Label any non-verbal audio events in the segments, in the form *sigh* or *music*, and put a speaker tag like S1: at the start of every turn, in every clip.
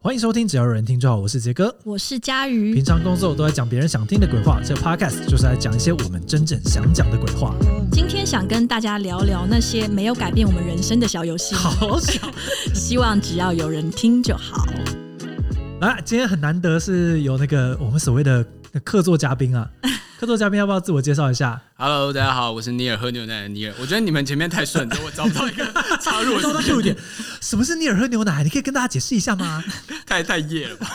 S1: 欢迎收听，只要有人听就好。我是杰哥。
S2: 我是佳
S1: 平
S2: 瑜，
S1: 常工作都在讲别人想听的鬼话，这个 podcast 就是来讲一些我们真正想讲的鬼话。
S2: 今天想跟大家聊聊那些没有改变我们人生的小游戏，
S1: 好 *laughs* 小，
S2: 希望只要有人听就好。
S1: 来，啊今天很难得是有那个我们所谓的客座嘉宾 *laughs* 啊，客座嘉宾要不要自我介绍一下？
S3: Hello，大家好，我是尼尔喝牛奶的尼尔。我觉得你们前面太顺着，我找不到一个 *laughs* 插入
S1: 说到
S3: 的时
S1: 重
S3: 间，
S1: 点，什么是尼尔喝牛奶？你可以跟大家解释一下吗？
S3: 太太夜了吧？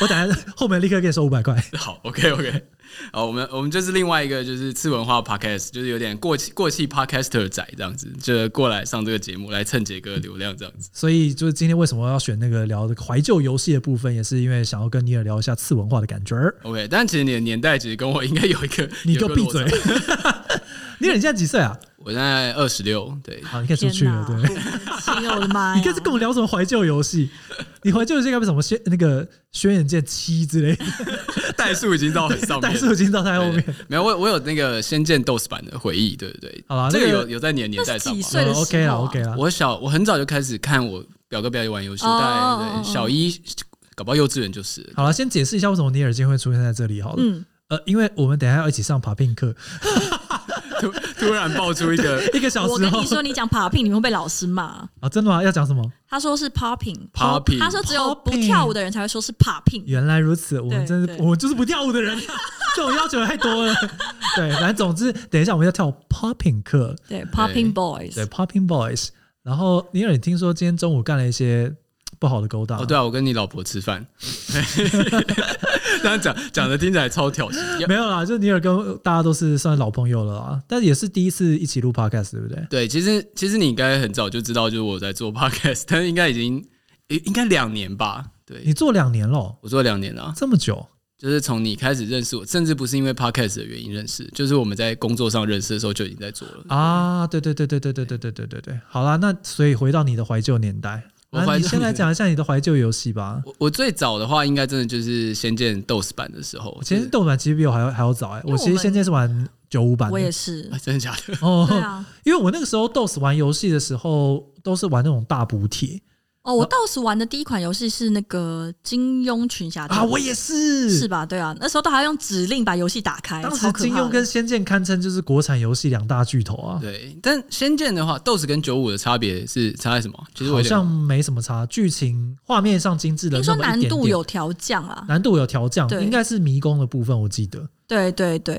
S1: 我等下后面立刻给你收五百块。
S3: 好，OK OK。好，我们我们就是另外一个就是次文化 Podcast，就是有点过气过气 Podcaster 仔这样子，就过来上这个节目来蹭杰哥的流量这样子。
S1: 所以就是今天为什么要选那个聊怀旧游戏的部分，也是因为想要跟尼尔聊一下次文化的感觉儿。
S3: OK，但其实你的年代其实跟我应该有一个，
S1: *laughs* 你给
S3: 有
S1: 我
S3: 一个
S1: 闭
S3: 落差
S1: 嘴！ *laughs* 尼尔，你现在几岁啊？
S3: 我现在二十六，
S1: *laughs*
S3: 对，
S1: 好，你可以出去了，对。
S2: 亲我的哎妈呀！
S1: 你开始跟我聊什么怀旧游戏？你怀旧游戏该不是什么轩那个轩辕剑七之类的，
S3: 代数已经到很
S2: 哦
S3: 上面
S1: 但
S3: 了，
S1: 是我已经到太后面
S3: 对。没有，我我有那个《仙剑 DOS 版》的回忆，对对对，
S1: 好啦
S3: 这个
S1: 那个
S3: 有有在你的年代
S2: 那
S3: 上吗
S2: 是几？岁的时候啊
S1: 哦 OK 了，OK 了。
S3: 我小我很早就开始看我表哥表姐玩游戏，
S2: 哦
S3: 大
S2: 哦
S3: 概
S2: 哦
S3: 对小一，搞不好幼稚园就是了。
S1: 好了，先解释一下为什么尼尔今天会出现在这里好了。
S2: 嗯，
S1: 呃，因为我们等一下要一起上爬聘课，
S3: 突突然爆出一个
S1: 一个小
S2: 我
S1: 时
S2: 跟
S1: 后
S2: 你说，你讲 popping，你会被老师骂。
S1: 啊，真的吗？要讲什么？
S2: 他说是 popping，
S3: Popping
S2: 他说只有不
S1: Popping
S2: 跳舞的人才会说是 popping。
S1: 原来如此，我们
S2: 对
S1: 真是
S2: 对
S1: 我们就是不跳舞的人，啊这种要求也太多了。对，反正总之，等一下我们要跳 popping 课，
S2: 对 popping
S1: 对
S2: boys，
S1: popping boys。然后尼尔，你听说今天中午干了一些不好的勾当？
S3: 哦，对啊，我跟你老婆吃饭，这样讲讲的听起来超挑衅。也
S1: 没有啦，就尼尔跟大家都是算老朋友了啊，但也是第一次一起录 podcast，对不对？
S3: 对，其实其实你应该很早就知道，就是我在做 *laughs* podcast，但是应该已经应应该两年吧？对
S1: 你，做两年咯，
S3: 我做两年了啊，
S1: 这么久，
S3: 就是从你开始认识我，甚至不是因为 podcast 的原因认识，就是我们在工作上认识的时候就已经在做了。
S2: 嗯
S1: 啊，对对对对对对对对对对对，好啦，那所以回到你的怀旧年代，
S3: 我
S1: 啊、
S3: 怀
S1: 你
S3: 旧
S1: 先来
S3: 年代
S1: 讲一下你的怀旧游戏吧。
S3: 我我最早的话，应该真的就是《仙剑 DOS 版》的时候。
S1: 其实
S3: 就是
S1: 豆版其实比我还要还要早哎、
S2: 因为
S1: 我其实
S2: 我们
S1: 现在是玩九五版的，
S2: 我也是
S3: 啊，。真的假的？
S1: 哦
S2: 对，啊，
S1: 因为我那个时候 DOS 玩游戏的时候都是玩那种大补帖
S2: 哦，我倒是玩的第一款游戏是那个《金庸群侠传
S1: 啊，我也是，
S2: 是吧？对啊，那时候都还要用指令把游戏打开，
S1: 当时
S2: 超可
S1: 金
S2: 怕
S1: 庸
S2: 的
S1: 跟《仙剑》堪称就是国产游戏两大巨头啊，
S3: 对，但《仙剑》的话，《DOS》跟《九五》的差别是差在什么？其实我
S1: 好
S3: 有点
S1: 像没什么差，剧情画面上精致了
S2: 听
S1: 那
S2: 说
S1: 么一
S2: 难
S1: 点
S2: 度
S1: 点
S2: 有调降啊，
S1: 难度有调降，
S2: 对
S1: 应该是迷宫的部分我记得，
S2: 对对对，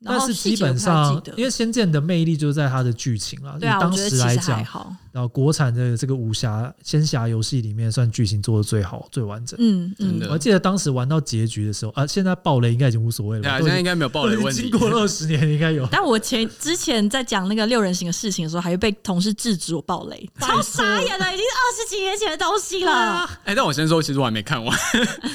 S2: 然
S1: 但
S2: 后
S1: 是
S2: 细
S1: 基
S2: 节我
S1: 本
S2: 不太记
S1: 上
S2: 得
S1: 因为《仙剑》的魅力就是在它的剧情啦，
S2: 对
S1: 以
S2: 啊，我
S1: 当
S2: 觉得
S1: 时
S2: 其
S1: 来
S2: 实还
S1: 讲，
S2: 好，
S1: 然后国产的这个武侠仙侠游戏里面，算剧情做的最好、最完整。
S2: 嗯
S3: 真
S2: 嗯
S3: 的，
S1: 我还记得当时玩到结局的时候，啊，现在爆雷应该已经无所谓了
S3: 对
S1: 吧，
S3: 啊，
S1: 都已
S3: 现在
S1: 经
S3: 应该没有暴雷
S1: *laughs* 都
S3: 问
S1: 已
S3: 题
S1: 经。经过了二十年，应该有。
S2: 但我前之前在讲那个六人行的事情的时候，还会被同事制止我爆雷，超傻眼的，已经是二十几年前的东西了。
S3: *laughs* 哎，但我先说，其实我还没看完。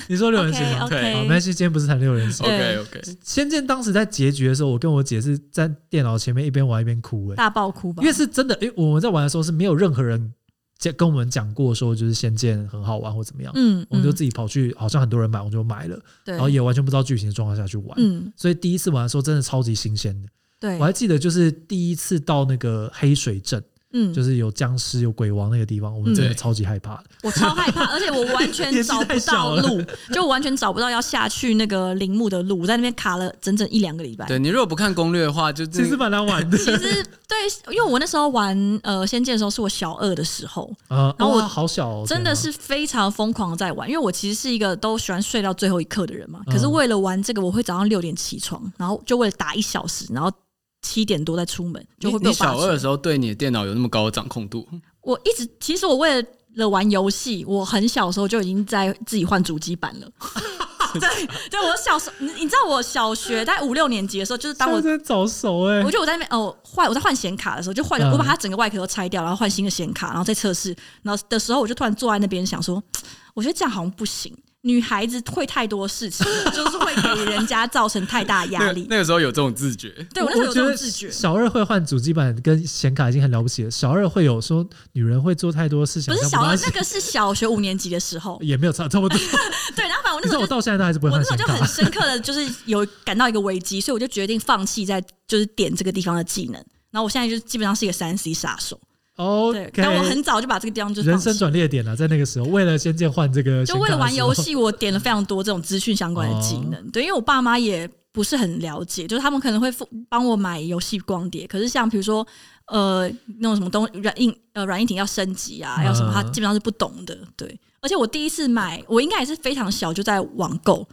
S1: 你啊说六人行
S2: *laughs*
S1: 吗？好，没
S3: 对
S1: 关
S2: 哦 OK，
S1: 系，今天不是谈六人行。
S3: OK OK，
S1: 仙剑当时在结局的时候，我跟我姐是在电脑前面一边玩一边哭、欸，
S2: 大爆哭吧
S1: 因为，是真的，诶、我们在玩的时候是没有任何人讲跟我们讲过说就是仙剑很好玩或怎么样，
S2: 嗯，
S1: 我们就
S2: 嗯
S1: 自己跑去，好像很多人买，我们就买了，
S2: 对
S1: 然，后也完全不知道剧情的状况下去玩，
S2: 嗯，
S1: 所以第一次玩的时候真的超级新鲜的。
S2: 对
S1: 我，还记得就是第一次到那个黑水镇，
S2: 嗯，
S1: 就是有僵尸有鬼王那个地方，我们真的
S3: 嗯
S1: 超级害怕的。
S2: 我超害怕，而且我完
S1: 年 *laughs*
S2: 全
S1: 纪
S2: 找
S1: 太
S2: 不
S1: 小
S2: 到
S1: 了
S2: 路，就完全找不到要下去那个陵墓的路，我在那边卡了整整一两个礼拜。
S3: 对你如果不看攻略的话，就
S1: 其
S3: 真
S1: 实
S3: 的
S1: 蛮难玩的，
S2: 其实对，因为我那时候玩呃《仙剑》的时候是我小二的时候，
S1: *laughs* 啊，
S2: 然后我
S1: 哇好小、哦，
S2: 真的
S1: 天
S2: 是非常疯狂地在玩，因为我其实是一个都喜欢睡到最后一刻的人嘛。
S1: 嗯
S2: 可是为了玩这个，我会早上六点起床，然后就为了打一小时，然后七点多再出门，就会
S3: 你
S2: 被
S3: 你
S2: 我爸
S3: 小二的
S2: 追
S3: 时候对你的电脑有那么高的掌控度？
S2: 我一直其实我为了玩游戏，我很小的时候就已经在自己换主机版了。 *laughs* 对，对我小时候，你你知道我小学在五六年级的时候，就是
S1: 哪
S2: 当我
S1: 真的早熟哎、
S2: 我觉得我在那边哦换我在换显卡的时候就换了，
S1: 嗯
S2: 我把它整个外壳都拆掉，然后换新的显卡，然后再测试，然后的时候我就突然坐在那边想说，我觉得这样好像不行，女孩子会太多事情了，就是会给人家造成太大
S3: 那
S1: *laughs*
S2: 压力。
S3: 那个时候有这种自觉，
S2: 对我那时候有这种
S1: 得
S2: 自觉。
S1: 小二会换主机板跟显卡已经很了不起了，小二会有说女人会做太多事情，
S2: 不是
S1: 好像
S2: 小二，
S1: 关系。
S2: 那个是小学五年级的时
S1: *laughs*
S2: 候
S1: 也没有差差不多。
S2: 对，然后反正我
S1: 你知
S2: 那时
S1: 道
S2: 候
S1: 我
S2: 就
S1: 到现在都还是不会
S2: 我
S1: 换
S2: 那时候
S1: 显
S2: 就
S1: 卡
S2: 很，深刻的，就是有感到一个危机，所以我就决定放弃在就是点这个地方的技能。然后我现在就基本上是一个三 C 杀手，对
S1: OK，，
S2: 但我很早就把这个地方就
S1: 人
S2: 放
S1: 生
S2: 弃。
S1: 转捩点啊，在那个时候，为了《仙剑》换这个，
S2: 就为了玩游，戏，我点了非常多这种资讯相关的技
S3: 哦
S2: 能。对，因为我爸妈也不是很了解，就是他们可能会付帮我买游戏光碟，可是像比如说呃那种什么东软硬呃软硬体要升级啊，要什么，他
S1: 嗯
S2: 基本上是不懂的。对，而且我第一次买，我应该也是非常小就在网购，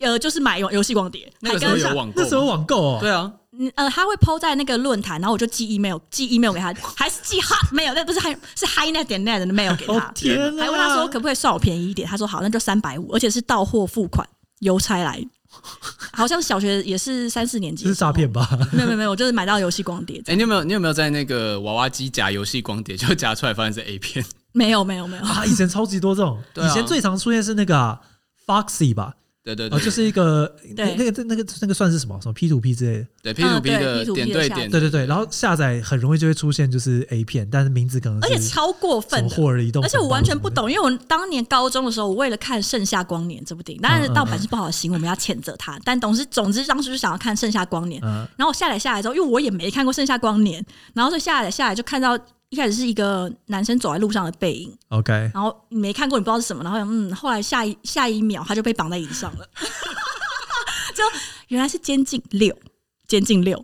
S2: 呃，就是买游游戏光碟，
S3: 那个时
S2: 还
S3: 候
S2: 跟
S3: 有
S2: 上
S3: 网购
S1: *laughs*
S3: 吗，
S1: 那时候网购哦，
S3: 对啊，
S2: 嗯呃，他会 PO 在那个论坛，然后我就寄 email，寄 email 给他，还是寄 hot 没有，那不是 hi 是 highnet 点 net 的 mail 给他，
S3: *laughs*
S1: 哦天啊，
S2: 还问他说可不可以算我便宜一点？他说好，那就三百五，而且是到货付款，邮差来。好像小学也是三四年级
S1: 这
S2: 的
S1: 是
S2: 时候，
S1: 诈骗
S2: *laughs*
S1: 吧？
S2: 没有没有没有，我就是买到游戏光
S1: *laughs*
S2: 碟，
S3: 哎、你有没有你有没有在那个娃娃机夹游戏光碟，就夹出来发现是 A 片？
S2: 没有没有没有，
S1: 啊，以前超级多这种，
S3: 对啊
S1: 以前最常出现是那个、啊、Foxy 吧，
S3: 对对
S1: 哦，
S3: 对，
S1: 就是一个那
S2: 对
S1: 那个那个那个算是什么什么 P 2 P 之类的，
S3: 对 P 2 P
S2: 嗯对
S3: 的
S2: P2P
S3: 点
S2: 的
S3: 对
S2: 下
S3: 点，
S1: 对对对，然后下载很容易就会出现就是 A 片，但是名字可能
S2: 而且
S1: 是
S2: 超过
S1: 什
S2: 分
S1: 么
S2: 的。
S1: 霍尔移动，
S2: 而且我完全不。懂，因为我当年高中的时候，我为了看《盛夏光年》这部
S1: 嗯
S2: 电影，当然盗版是不好的行为，我们要谴责他。但总之，总之当时就想要看《盛夏光年》，
S1: 嗯，
S2: 然后我下载下来之后，因为我也没看过《盛夏光年》，然后就下载下来就看到一开始是一个男生走在路上的背影，
S1: OK，
S2: 然后你没看过，你不知道是什么，然后嗯，后来下一下一秒他就被绑在椅子上了， *laughs* 就原来是监禁六，监禁六，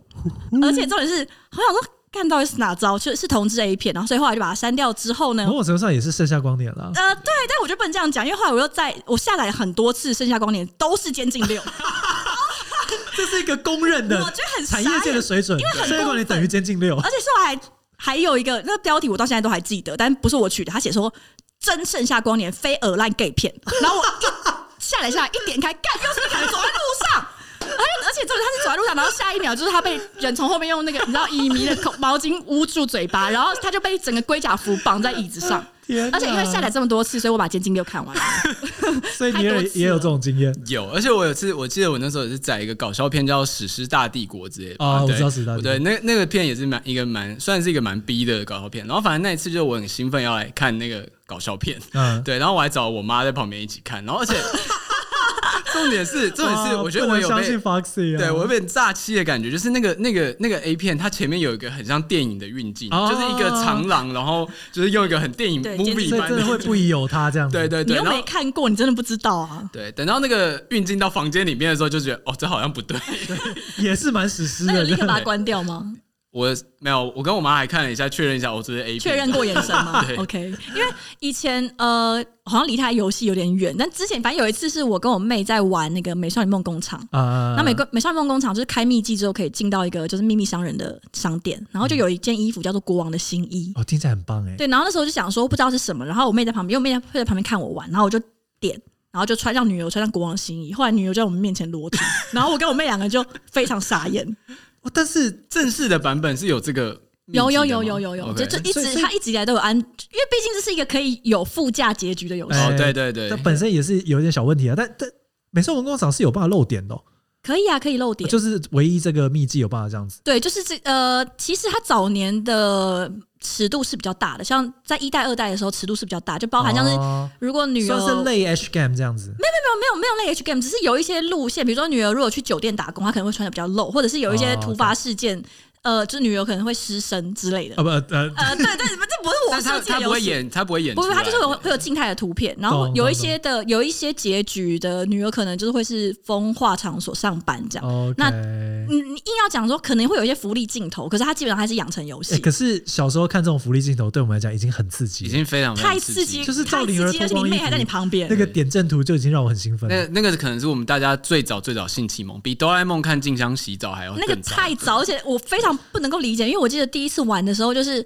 S1: 嗯
S2: 而且重点是，好想说干到底是哪招，就是同志 A 片，然后所以后来就把它删掉之后呢
S1: 某，种程度上也是盛夏光年了。
S2: 呃，对，但我就不能这样讲，因为后来我又在我下载了很多次《盛夏光年》，都是监
S1: *laughs*
S2: 禁六，我
S1: 这是一个公认的
S2: 觉得很傻
S1: 产
S2: 眼
S1: 业界的水准，
S2: 很
S1: 盛夏光年等于接近
S3: *laughs*
S1: 六，
S2: 而且是我还还有一个那个标题，我到现在都还记得，但不是我取的，他写说“真盛夏光年，非耳烂 gay 片”，然后我就下来下来一点开，干又是那个人走在路上。而且而且重点，他是走在路上，然后下一秒就是他被人从后面用那个你知道乙醚的口毛巾捂住嘴巴，然后他就被整个龟甲服绑在椅子上。
S3: 哎
S1: 天哪！
S2: 而且因为下载这么多次，所以我把《监禁六》看完了。
S1: 所以你
S2: 太
S1: 也
S2: 多次了
S1: 也有这种经验
S3: 有，而且我有次我记得我那时候也是载一个搞笑片叫《史诗大帝国》之类的吧
S1: 哦我
S3: 对
S1: 知道史诗大帝国
S3: 对，那那个片也是蛮一个蛮算是一个蛮逼的搞笑片。然后反正那一次就是我很兴奋要来看那个搞
S1: *laughs*
S3: 笑片，
S1: 嗯
S3: 对，然后我还找我妈在旁边一起看，然后
S1: *laughs*
S3: 而且重点是重点是，
S1: 哇
S3: 我觉得
S1: 不
S3: 我
S1: 能
S3: 有
S1: 相
S3: 被
S1: 信 Foxy 啊，
S3: 对我有点炸气的感觉，就是那个那个那个 A 片，它前面有一个很像电影的运镜，
S1: 哦
S3: 就是一个长廊，然后就是用一个很电影
S2: 对
S3: movie
S1: 所以
S3: 般
S1: 真的会
S3: 的，
S1: 不疑有他这样子。
S3: 对对
S2: 你
S3: 对，
S2: 又
S3: 然
S2: 没
S3: 后
S2: 看过，你真的不知道啊！
S3: 对，等到那个运镜到房间里面的时候，就觉得哦，这好像不对。 *laughs*
S1: 也是蛮史诗
S2: 那有
S1: 的。
S2: 立刻把它关掉吗？
S3: 我没有，我跟我妈还看了一下，确认一下，我、哦、这是 A 片，
S2: 确认过眼神吗
S3: 对
S2: ？OK，因为以前呃好像离他游戏有点远，但之前反正有一次是我跟我妹在玩那个《美少女梦工厂》。
S1: 啊，
S2: 那美个美少女梦工厂就是开秘籍之后可以进到一个就是秘密商人的商店，然后就有一件衣服叫做国王的新衣，
S1: 哦，听起来很棒哎。
S2: 对，然后那时候就想说不知道是什么，然后我妹在旁边，因为我妹会在旁边看我玩，然后我就点，然后就穿上女游穿上国王的新衣，后来女游就在我们面前裸体，然后我跟我妹两个人就非常傻眼，
S1: 哦但是
S3: 正式的版本是有这个秘籍的
S2: 有
S3: 吗。
S2: 有有有有有，
S3: OK
S2: 就
S3: 哦
S2: 就一
S1: 所以
S2: 直
S1: 所以
S2: 他一直以来都有安，因为毕竟这是一个可以有附加结局的游戏，
S1: 哎
S3: 哦，对对对
S1: 它，本身也是有一点小问题啊，但但美少女工厂是有办法漏点的哦，
S2: 可以啊，可以漏点。
S1: 就是唯一这个秘籍有办法这样子。
S2: 对，就是这呃，其实它早年的尺度是比较大的，像在一代、二代的时候尺度是比较大，就包含像是
S1: 哦
S2: 如果女儿
S1: 算是类 H game 这样子，
S2: 没有没有类 H game，只是有一些路线，比如说女儿如果去酒店打工，她可能会穿的比较露，或者是有一些
S1: 哦
S2: 突发事件，呃，就是女儿可能会失身之类的。
S1: 啊不呃
S2: 呃，对对，这不是我
S3: 但他
S2: 设计
S3: 他
S2: 的
S3: 不
S2: 游
S3: 会
S2: 戏。
S3: 演，他不会演出
S2: 不
S3: 来，
S2: 是，它就是有会有静态的图片，然后
S1: 懂
S2: 有一些的有一些结局的女儿可能就是会是风化场所上班这样。
S1: 呃，OK
S2: 那。你你硬要讲说可能会有一些福利镜头，可是它基本上还是养成游戏
S1: 哎，，可是小时候看这种福利镜头，对我们来讲已经很刺激
S3: 已
S1: 了，
S3: 经非常非常
S2: 太刺激，
S1: 就是
S2: 太
S1: 赵
S2: 刺
S1: 灵儿
S2: 激，而且
S1: 脱光
S2: 你妹
S1: 衣服
S2: 还在你旁边
S1: 那。个点阵图就已经让我很兴奋
S3: 那
S1: 了。
S3: 那个可能是我们大家最早最早性启蒙，比哆啦 A 梦看静香洗澡还要
S2: 那个
S3: 更早。
S2: 太早，而且我非常不能够理解，因为我记得第一次玩的时候，就是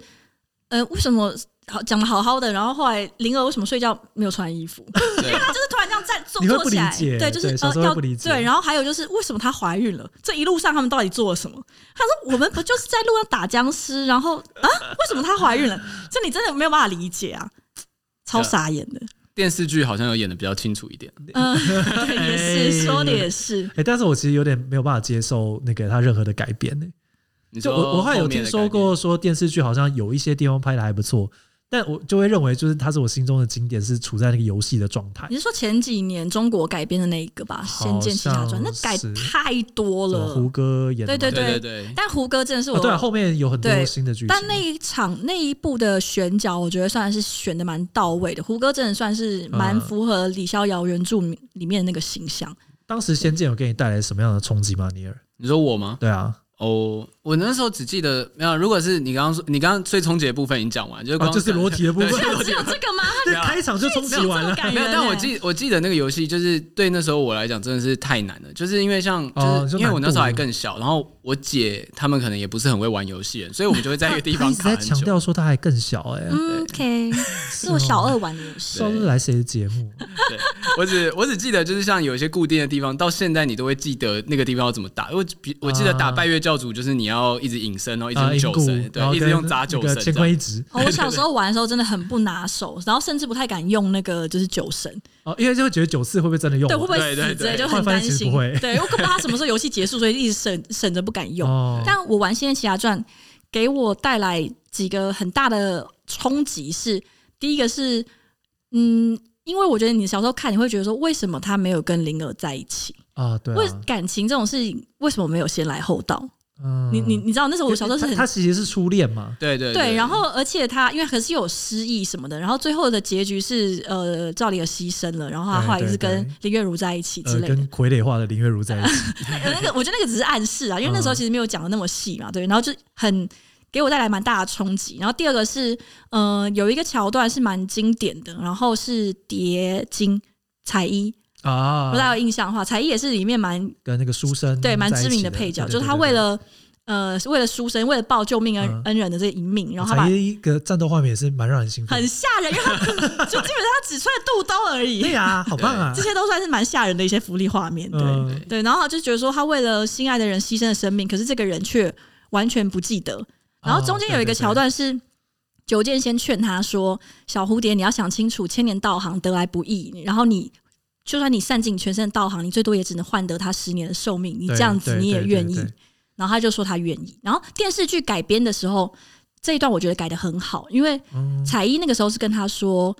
S2: 呃，为什么好讲的好好的，然后后来灵儿为什么睡觉没有穿衣服？
S3: 对
S2: 她 *laughs* 就是突然这样站坐
S1: 你会
S2: 坐
S1: 不
S2: 起来
S1: 理解，
S2: 对，就是
S1: 对小时候
S2: 呃
S1: 会
S2: 要
S1: 不理解
S2: 对，然后还有就是为什么她怀孕了？这一路上他们到底做了什么？她说我们不就是在路上打僵尸，然后啊，为什么她怀孕了？这你真的没有办法理解啊，超傻眼的。
S3: 电视剧好像有演的比较清楚一点。
S2: 嗯， *laughs* 对，也是
S1: 哎
S2: 说的也是。
S1: 哎，但是我其实有点没有办法接受那个它任何的改变呢。
S3: 你
S1: 就
S3: 说
S1: 我我还有
S3: 面
S1: 听
S3: 的
S1: 说
S3: 概念，
S1: 过，说电视剧好像有一些地方拍的还不错，但我就会认为，就是它是我心中的经典，是处在那个游戏的状态
S2: 你。是说前几年中国改编的那一个吧，《
S1: 好
S2: 仙剑奇侠传》那改
S1: 像是
S2: 太多
S1: 什么胡
S2: 了，
S1: 歌演的嘛，
S2: 对
S3: 对对对，
S2: 但胡歌真的是我、
S1: 啊对啊，后面有很多
S2: 对
S1: 新的剧情。
S2: 但那一场那一部的选角，我觉得算是选的蛮到位的。胡歌真的算是蛮
S1: 嗯
S2: 符合李逍遥原著里面的那个形 *laughs* 象。
S1: 当时《仙剑》有给你带来什么样的冲击吗？尼尔？
S3: 你说我吗？
S1: 对啊，
S3: 哦，我那时候只记得没有。如果是你刚刚说，你刚刚最冲击的部分已经讲完，就是
S1: 啊，
S3: 光
S1: 就是裸体的部分， *laughs*
S2: 只有这个吗？
S1: 对，开场就冲击完
S2: *laughs*
S1: 了
S2: 这么。感
S3: *laughs* 没
S2: 人
S3: 有，
S2: 欸
S3: 但我记我记得那个游戏，就是对那时候我来讲真的是太难了，就是因为像
S1: 哦
S3: 就是
S1: 就
S3: 因为
S1: 难
S3: 我那时候
S1: 度
S3: 还更小，然后我姐她们可能也不是很会玩游戏，所以我们就会在一个地
S1: *laughs* 他
S3: 方
S1: 一直
S3: 卡
S1: 在
S3: 很
S1: 强
S3: 久。
S1: 调说他还更小哎、
S2: 嗯，OK，是我小二玩的游戏
S1: 不。知道是来谁的节目？
S3: 我只我只记得就是像有一些固定的地方，到现在你都会记得那个地方要怎么打。因为比我记得打
S1: 啊
S3: 拜月教主就是你要一直隐身，然后一直
S1: 啊，
S3: 用
S1: 银
S3: 九
S1: 骨
S3: 神，，
S1: 然后
S3: 对，一直
S1: 跟
S3: 用砸
S1: 那
S3: 九
S1: 个
S3: 神
S1: 乾
S3: 这样。
S1: 坤一直
S2: 哦，我小时候玩的时候真的很不拿手，然后甚至不太敢用那个就是酒神，
S1: 哦，因为就会觉得九次会不会真的用
S2: 对，
S1: 完？
S2: 会不会
S3: 对对
S2: 死之类，
S3: 对
S2: 就很担
S1: 后来发现其实
S2: 心
S1: 不会。
S2: 对，我怕他什么时候游戏结束，所以一直省省着不敢用。
S1: 哦，
S2: 但我玩《仙剑奇侠传》给我带来几个很大的冲击是，第一个是，嗯，因为我觉得你小时候看，你会觉得说，为什么他没有跟灵儿在一起？
S1: 啊，对
S2: 为
S1: 啊，
S2: 感情这种事情，为什么没有先来后到？
S1: 嗯
S2: 你你你知道那时候我小时候是
S1: 他
S2: 很。
S1: 其实是初恋嘛，
S3: 对对
S2: 对，然后而且他因为可是有失忆什么的，然后最后的结局是呃赵丽儿牺牲了，然后他
S1: 对
S2: 后
S1: 哎
S2: 来
S1: 对
S2: 是跟
S1: 对
S2: 林月如在一起之
S1: 呃，
S2: 类的。
S1: 跟傀儡化的林月如在一
S2: *laughs*
S1: 起，
S2: 呃那个我觉得那个只是暗示啊，因为那时候
S1: 嗯
S2: 其实没有讲的那么细嘛，对，然后就很给我带来蛮大的冲击。然后第二个是，呃，有一个桥段是蛮经典的，然后是叠金彩衣，
S1: 啊
S2: 如果大家有印象的话，彩衣也是里面蛮
S1: 跟那个书生
S2: 对蛮
S1: 在一
S2: 知名
S1: 起
S2: 的
S1: 的
S2: 配角，
S1: 对对
S2: 就是他
S1: 对
S2: 为
S1: 对
S2: 了呃为了书生，为了报救命
S1: 嗯
S2: 恩
S1: 哦
S2: 恩人的这一命，然后
S1: 才
S2: 他把
S1: 一个战斗画面也是蛮让人兴奋
S2: 很
S1: 的，
S2: 吓人，因为他 *laughs* 就基本上他只穿肚兜而
S1: 对
S2: 已，
S1: 呀，好棒
S2: *laughs*
S1: 啊
S2: 这，些都算是蛮吓人的一些福利画面，对。
S1: 嗯
S3: 对
S2: 对，然后他就觉得说他为了心爱的人牺牲了生命，可是这个人却完全不记得。然
S1: 哦
S2: 后中间有一个桥，段是九剑先劝他说：“小蝴蝶，你要想清楚，千年道行得来不易，然后你。”就算你散尽全身的道行，你最多也只能换得他十年的寿命。你
S1: 对
S2: 这样子
S1: 对
S2: 你也
S1: 对对
S2: 愿意
S1: 对？
S2: 然后他就说他愿意。然后电视剧改编的时候，这一段我觉得改的很好，因为
S1: 嗯
S2: 彩衣那个时候是跟他说，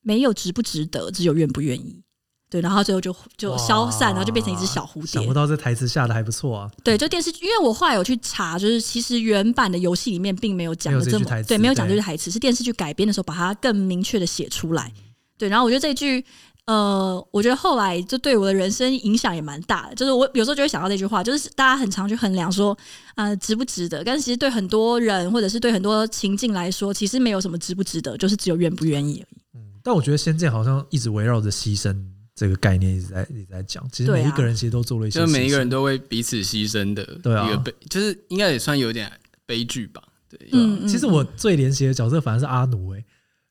S2: 没有值不值得，只有愿不愿意。对，然后他最后就就消散，然后就变成一只小蝴
S1: 想
S2: 蝶
S1: 不。到这台词下的还不错啊，
S2: 对，就电视剧，因为我后来有去查，就是其实原版的游戏里面并没有讲
S1: 没有
S2: 的
S1: 这
S2: 这
S1: 句
S2: 么
S1: 台词
S2: 对，没有讲
S1: 对
S2: 这句台词，是电视剧改编的时候把它更明确的写出来。对，然后我觉得这一句，呃，我觉得后来就对我的人生影响也蛮大的。就是我有时候就会想到这句话，就是大家很常去衡量说，呃，值不值得？但是其实对很多人或者是对很多情境来说，其实没有什么值不值得，就是只有愿不愿意而已。
S1: 嗯但我觉得《仙剑》好像一直围绕着牺牲这个概念一直在一直在讲，其实
S2: 对
S1: 每
S2: 啊
S1: 一个人其实都做了一些牺
S3: 就
S1: 牲，
S3: 是每一个人都为彼此牺牲的
S1: 对啊
S3: 一个悲，就是应该也算有点悲剧吧。对，啊
S2: 嗯，嗯
S1: 其实我最怜惜的角色反而是阿奴哎、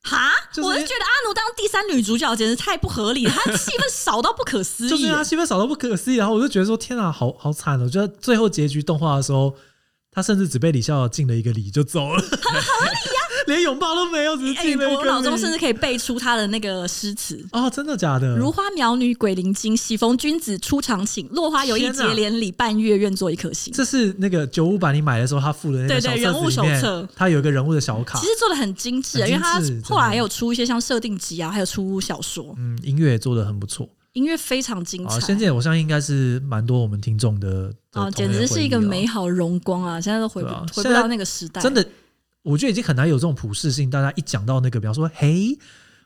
S2: 哈，
S1: 就是
S2: 我是觉得阿奴当第三女主角简直太不合理了，她戏份少到不可思议。
S1: 就是他戏份少到不可思议，然后我就觉得说天啊，好好惨哦！就在最后结局动画的时候，他甚至只被李逍遥敬了一个礼就走
S2: *laughs*
S1: 了，很合理呀，连拥抱都没有，只是
S2: 哎、
S1: 敬了一个
S2: 我
S1: 礼。
S2: 脑中甚至可以背出他的那个诗词。
S1: 哦，真的假的？
S2: 如花渺女鬼灵精，喜逢君子出场请。落花有意
S1: 天哪
S2: 结连理，半月愿做一颗心。
S1: 这是那个九五版你买的时候，他附的那个
S2: 对对
S1: 小册子
S2: 人物手
S1: 里面
S2: 册
S1: 它有一个人物的小卡
S2: 其，实做的很精致，啊
S1: 很
S2: 因
S1: 精
S2: 为他
S1: 致
S2: 后
S1: 真的
S2: 来还有出一些像设定集啊，还有出小说，
S1: 嗯，音乐也做的很不错。
S2: 音乐非常精
S1: 啊，
S2: 彩
S1: 仙。剑我相信应该是蛮多我们听众的
S2: 啊，
S1: 的童
S2: 简
S1: 年
S2: 直是一个
S1: 回忆啊
S2: 美好荣光啊！现在都回不、
S1: 对啊现
S2: 回不
S1: 在
S2: 到那个时代，
S1: 真的，我觉得已经很难有这种普适性。大家一讲到那个，比方说嘿，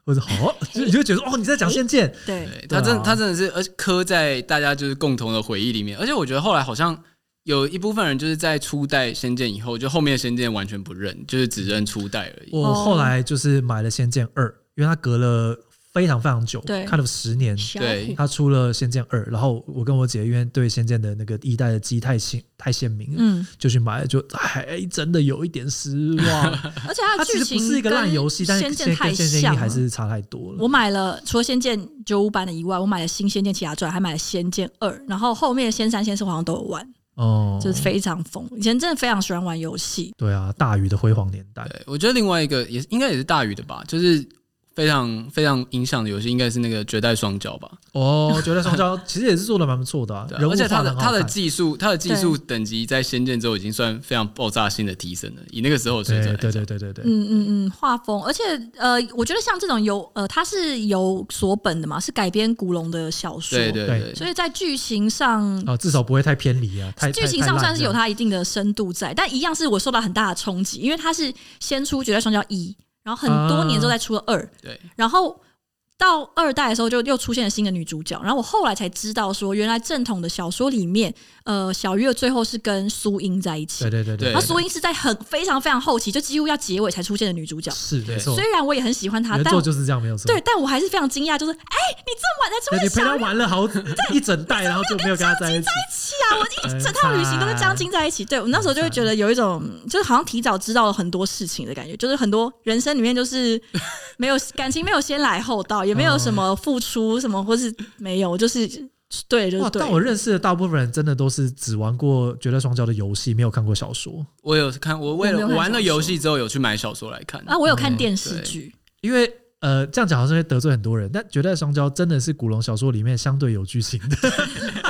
S1: 或者好，
S2: *laughs*
S1: 就你就会觉得说哦，你在讲仙剑，
S2: 对。
S1: 对
S3: 对他
S1: 啊
S3: 真他真的是，而且刻在大家就是共同的回忆里面。而且我觉得后来好像有一部分人就是在初代《仙剑》以后，就后面的《仙剑》完全不认，就是只认初代而已。
S1: 我
S2: 哦
S1: 后来就是买了《仙剑二》，因为它隔了非常非常久，
S2: 对
S1: 看了十年，
S2: 小
S3: 对
S2: 虎
S1: 它出了《仙剑二》，然后我跟我姐因为对《仙剑》的那个一代的机太鲜太鲜明了，
S2: 嗯，
S1: 就去买了，就还真的有一点失望。
S2: 而且 *laughs*
S1: 它
S2: 它的
S1: 其
S2: 剧
S1: 实
S2: 情
S1: 不是一个烂
S2: 跟
S1: 游戏，但是
S2: 仙
S1: 现
S2: 剑
S1: 在跟
S2: 太
S1: 《仙剑一
S2: 像》了
S1: 还是差太多了。
S2: 我买了除了《仙剑九五版》的以外，我买了《新仙剑奇侠传》，还买了《仙剑二》，然后后面《仙三》《仙四》好像都有玩，
S1: 哦，
S2: 就是非常疯。以前真的非常喜欢玩游戏，
S1: 对啊，大鱼的辉煌年代。
S3: 对，我觉得另外一个也是应该也是大宇的吧，就是非常非常影响的游戏，应该是那个《绝代双骄》吧？
S1: 哦，绝代双骄其实也是做的蛮不错的、啊，
S3: 对啊、
S1: 人物
S3: 而且它
S1: 画
S3: 的
S1: 得很好
S3: 它的
S1: 看
S3: 技术，它的技术等级在《仙剑》之后已经算非常爆炸性的提升了，以那个时候的水准
S1: 对
S3: 来
S1: 对
S3: 讲，
S1: 对对对对，
S2: 嗯嗯嗯，画风，而且呃，我觉得像这种有呃，它是有所本的嘛，是改编古龙的小说，
S3: 对对
S1: 对
S3: 对
S2: 所以在剧情上，
S1: 啊，至少不会太偏离啊，太
S2: 剧情上算是有
S1: 它
S2: 它一定的深度在，但一样是我受到很大的冲击，因为它是先出《绝代双骄一》，然后很多年之后再出了二、
S3: 对
S2: 然后到二代的时候就又出现了新的女主角，然后我后来才知道说，原来正统的小说里面，呃，小月最后是跟苏英在一起
S1: 对，对对
S3: 对
S2: 然后苏英是在很非常非常后期，就几乎要结尾才出现的女主角。
S1: 是没
S3: 对
S1: 错，
S2: 虽然我也很喜欢她，
S1: 原
S2: 但
S1: 作就是这样，没有错。
S2: 对，但我还是非常惊讶，就是哎、你这么晚才出
S1: 对，你
S2: 现
S1: 陪
S2: 小
S1: 他玩了好 *laughs* 一整
S2: *laughs*
S1: 代，然后就没有跟他在一起，
S2: 气啊！我一整套旅行都跟张晶在一起。对我那时候就会觉得有一种，就是好像提早知道了很多事情的感觉，就是很多人生里
S1: *laughs*
S2: 面就是没有感情，没有先来后到，也没有什
S1: 嗯
S2: 么付出什么，或是没有，就是对，就
S1: 哇！
S2: 是对
S1: 但。我认识的大部分人真的都是只玩过《绝代双骄》的游戏，没有看过小说，
S3: 我有看，我为
S2: 我没
S3: 了
S2: 有看
S3: 玩了
S2: 小说
S3: 游戏之后有去买小说来看
S2: 啊，我有
S1: 嗯
S2: 看电视剧，
S1: 因为。呃，这样讲好像会得罪很多人，但《绝代双骄》真的是古龙小说里面相对有剧情的，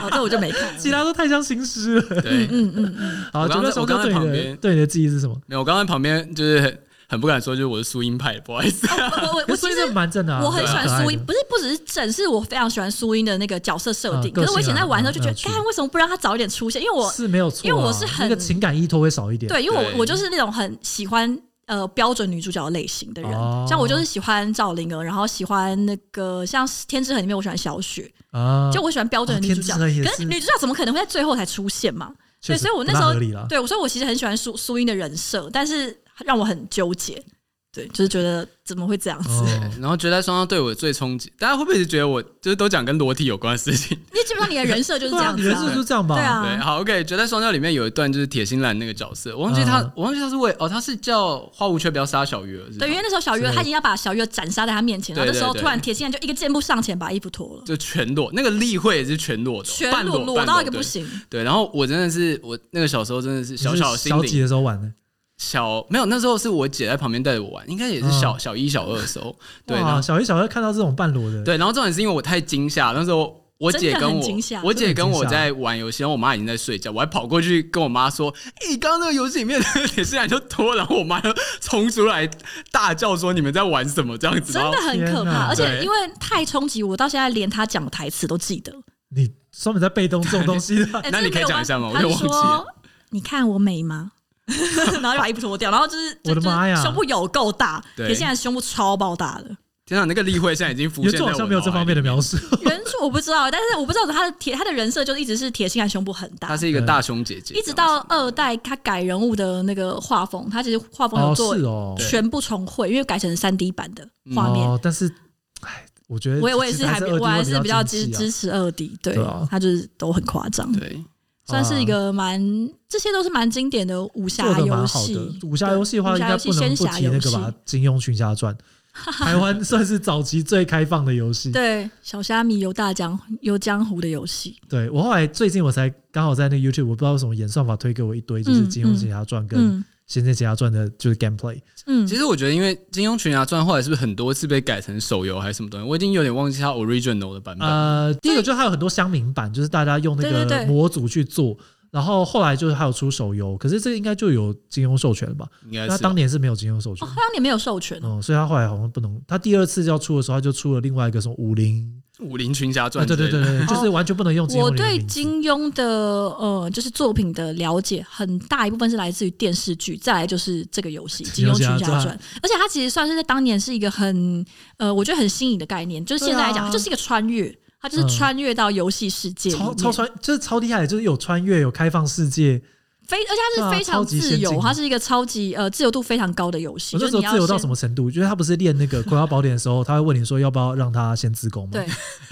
S2: 哦，这我就没看了。
S1: 其他都太像新诗了。
S3: 对，
S2: 嗯嗯嗯，
S1: 好，《
S3: 嗯我
S1: 绝
S3: 刚
S1: 代
S3: 刚
S1: 双
S3: 在
S1: 骄》对
S3: 我刚在旁
S1: 你的
S3: 边
S1: 对你的记忆是什么？
S3: 没有，我刚刚旁边就是很很不敢说，就是我是苏音派，不好
S2: *laughs*
S3: 意思，
S2: 啊我我我
S1: 可 *laughs* 是
S2: 我其
S1: 苏英真的
S2: 实。
S1: 蛮正的啊，
S2: 我很喜欢
S1: 蛮可爱
S2: 苏英，
S1: 的
S2: 不是不只是整，是我非常喜欢苏英的那个角色设定。
S1: 啊个性啊
S2: 可是我以前在玩的时
S1: 嗯
S2: 候就觉
S1: 很有
S2: 得，
S1: 趣
S2: 看为什么不让他早一点出现？因为我
S1: 是没有错啊，
S2: 因为我是很
S1: 那个情感依托会少一点。
S2: 对，因为我
S3: 对
S2: 我就是那种很喜欢呃标准女主角类型的人，
S1: 哦
S2: 像我就是喜欢赵灵儿，然后喜欢那个像《天之痕》里面我喜欢小雪，
S1: 啊，
S2: 就我喜欢标准的女主角。
S1: 哦天之痕也是
S2: 可是女主角怎么可能会在最后才出现嘛？
S1: 确
S2: 对，
S1: 实
S2: 所以我那
S1: 不
S2: 时
S1: 大
S2: 候
S1: 合理啦
S2: 对，我所以我其实很喜欢苏苏英的人设，但是让我很纠结。对，就是觉得怎么会这样 *laughs* 子？
S1: 哦
S3: 对然后绝代双骄对我最冲击，大家会不会是觉得我就是都讲跟裸体有关的事情？
S2: 因为基本上你的人设就
S1: *laughs*
S2: 是
S1: 对
S2: 这
S1: 啊，
S2: 样
S1: 你
S2: 子、
S1: 人设
S2: 啊
S1: 就。这样吧？
S2: 对 *laughs* 啊
S3: 对，好，OK，绝代双骄里面有一段就是铁心兰那个角色，我忘记他，
S1: 嗯
S3: 我忘记他是为哦，他是叫花无缺不要杀小鱼儿，是吧
S2: 啊对，因为那时候小月
S1: 是
S2: 她已经要把小月斩杀在她面前，然后那
S3: 对对
S2: 时候
S3: 对
S2: 突然铁心兰就一个箭步上前把衣服脱了，
S3: 就全裸，那个例会也是全裸的哦，
S2: 全
S3: 半
S2: 裸
S3: 裸
S2: 裸
S3: 半
S2: 到一个
S3: 对
S2: 不行。
S3: 对，然后我真的是我那个小时候真的是小
S1: 你是
S3: 小心
S1: 小几
S3: 灵
S1: 的时候玩的，
S3: 小没有，那时候是我姐在旁边带着我玩，应该也是小、
S1: 嗯
S3: 小一小二的时候。对，然
S2: 啊
S1: 哇，
S3: 后
S1: 小一、小二看到这种半裸的，
S3: 对，然后重点是因为我太惊吓，那时候我姐
S2: 真的
S3: 跟
S2: 很
S3: 我
S2: 惊吓
S3: 我姐
S1: 真的
S3: 跟
S1: 很
S3: 我
S1: 惊吓
S3: 在玩游戏，然后我妈已经在睡觉，我还跑过去跟我妈说：“哎、刚刚那个游戏里面的铁丝然就脱，然后我妈就冲出来大叫说：“你们在玩什么？”这样子，
S2: 真的
S3: 然后
S2: 很可
S1: 天啊
S2: 怕，
S1: 哪
S2: 而且
S3: 对
S2: 因为太冲击，我到现在连他讲的台词都记得。
S1: 你专门在被动这种东西的 *laughs*
S2: 哎真
S3: 那
S2: 的
S3: 你可以
S2: 没有
S3: 讲一下
S2: 办
S3: 吗
S2: 法
S3: 我有
S2: 他就
S3: 忘记了
S2: 说你看我美吗？ *laughs* 然后就把衣服脱掉，然后就是
S1: 我的妈呀
S2: 就是胸部有够大，
S3: 对
S2: 铁现在胸部超爆大的。
S3: 天哪，那个例会现在已经浮
S1: 原
S3: 现在
S1: 著
S3: 我
S1: 好像没有这
S3: 脑海
S1: 方面
S3: 里
S1: 的描述。
S2: *laughs* 原著我不知道，但是我不知道他的铁他的人设就一直是铁心兰胸部很大
S3: 她，是一个大胸姐姐，
S2: 一直到二代他改人物的那个画风，他其实画风有
S1: 哦，
S2: 做
S1: 是哦，
S2: 全部重绘，因为改成三 D 版的画面。
S1: 哦，但是，哎，我觉得
S2: 我也我也
S1: 其
S2: 是
S1: 实
S2: 还
S1: 还
S2: 比我还是比较支
S1: 经济啊
S2: 支持二 D，对
S1: 对啊
S2: 他就是都很夸张。
S3: 对。
S2: 算是一个蛮，这些都是蛮经典的武侠
S1: 做的
S2: 游
S1: 蛮好
S2: 戏
S1: 的。。武侠游戏的话，
S2: 对
S1: 应该不能不提那个吧，《金庸群侠传》， *laughs* 台湾算是早期最开放的游戏。
S2: 对小虾米游大江游江湖的游戏，
S1: 对我后来最近我才刚好在那个 YouTube，我不知道为什么演算法推给我一堆就是
S2: 嗯
S1: 《金庸群侠传》跟《
S2: 嗯
S1: 仙剑奇侠传》的，就是 Gameplay。
S2: 嗯
S3: 其，实我觉得，因为《金庸群侠传》后来是不是很多次被改成手游还是什么东西？我已经有点忘记它 original 的版本。
S1: 呃，第一个就是它有很多乡民版，就是大家用那
S2: 对对
S1: 个
S2: 对
S1: 模组去做。然后后来就是还有出手游，可是这应该就有金庸授权了吧？
S3: 应该
S1: 那
S3: 哎是啊
S1: 当年是没有金庸授权
S2: 哦，，当年没有授权，
S1: 嗯，所以他后来好像不能。他第二次要出的时候，他就出了另外一个什么武林，
S3: 《武林群侠
S1: 对
S3: 传》
S1: 对
S3: 之类
S1: 对
S3: 的
S1: 对对，就是完全不能用金庸
S2: 哦我
S1: 的
S2: 对
S1: 名字
S2: 金庸的呃就是作品的了解，很大一部分是来自于电视剧，再来就是这个游戏《金庸群
S1: 群侠
S2: 侠
S1: 传
S2: 传》，而且它其实算是在当年是一个很呃，我觉得很新颖的概念，就是现在来
S1: 对
S2: 讲，
S1: 啊
S2: 它就是一个穿越，它就
S1: 嗯
S2: 是穿越到游戏世界里
S1: 超
S2: 面，
S1: 超穿，就是超厉害的，就是有穿越，有开放世界。
S2: 非而且它是非
S1: 对啊超
S2: 常
S1: 级
S2: 自
S1: 先
S2: 由，
S1: 进
S2: 它是一个超级呃自由度非常高的游戏。
S1: 我
S2: 就
S1: 那
S2: 是
S1: 时候
S2: 你要
S1: 自由到
S2: 先
S1: 什么程度？就是他不是练那个《葵花宝典》的时候，他会问你说要不要让他先自宫吗？
S2: *laughs* 对，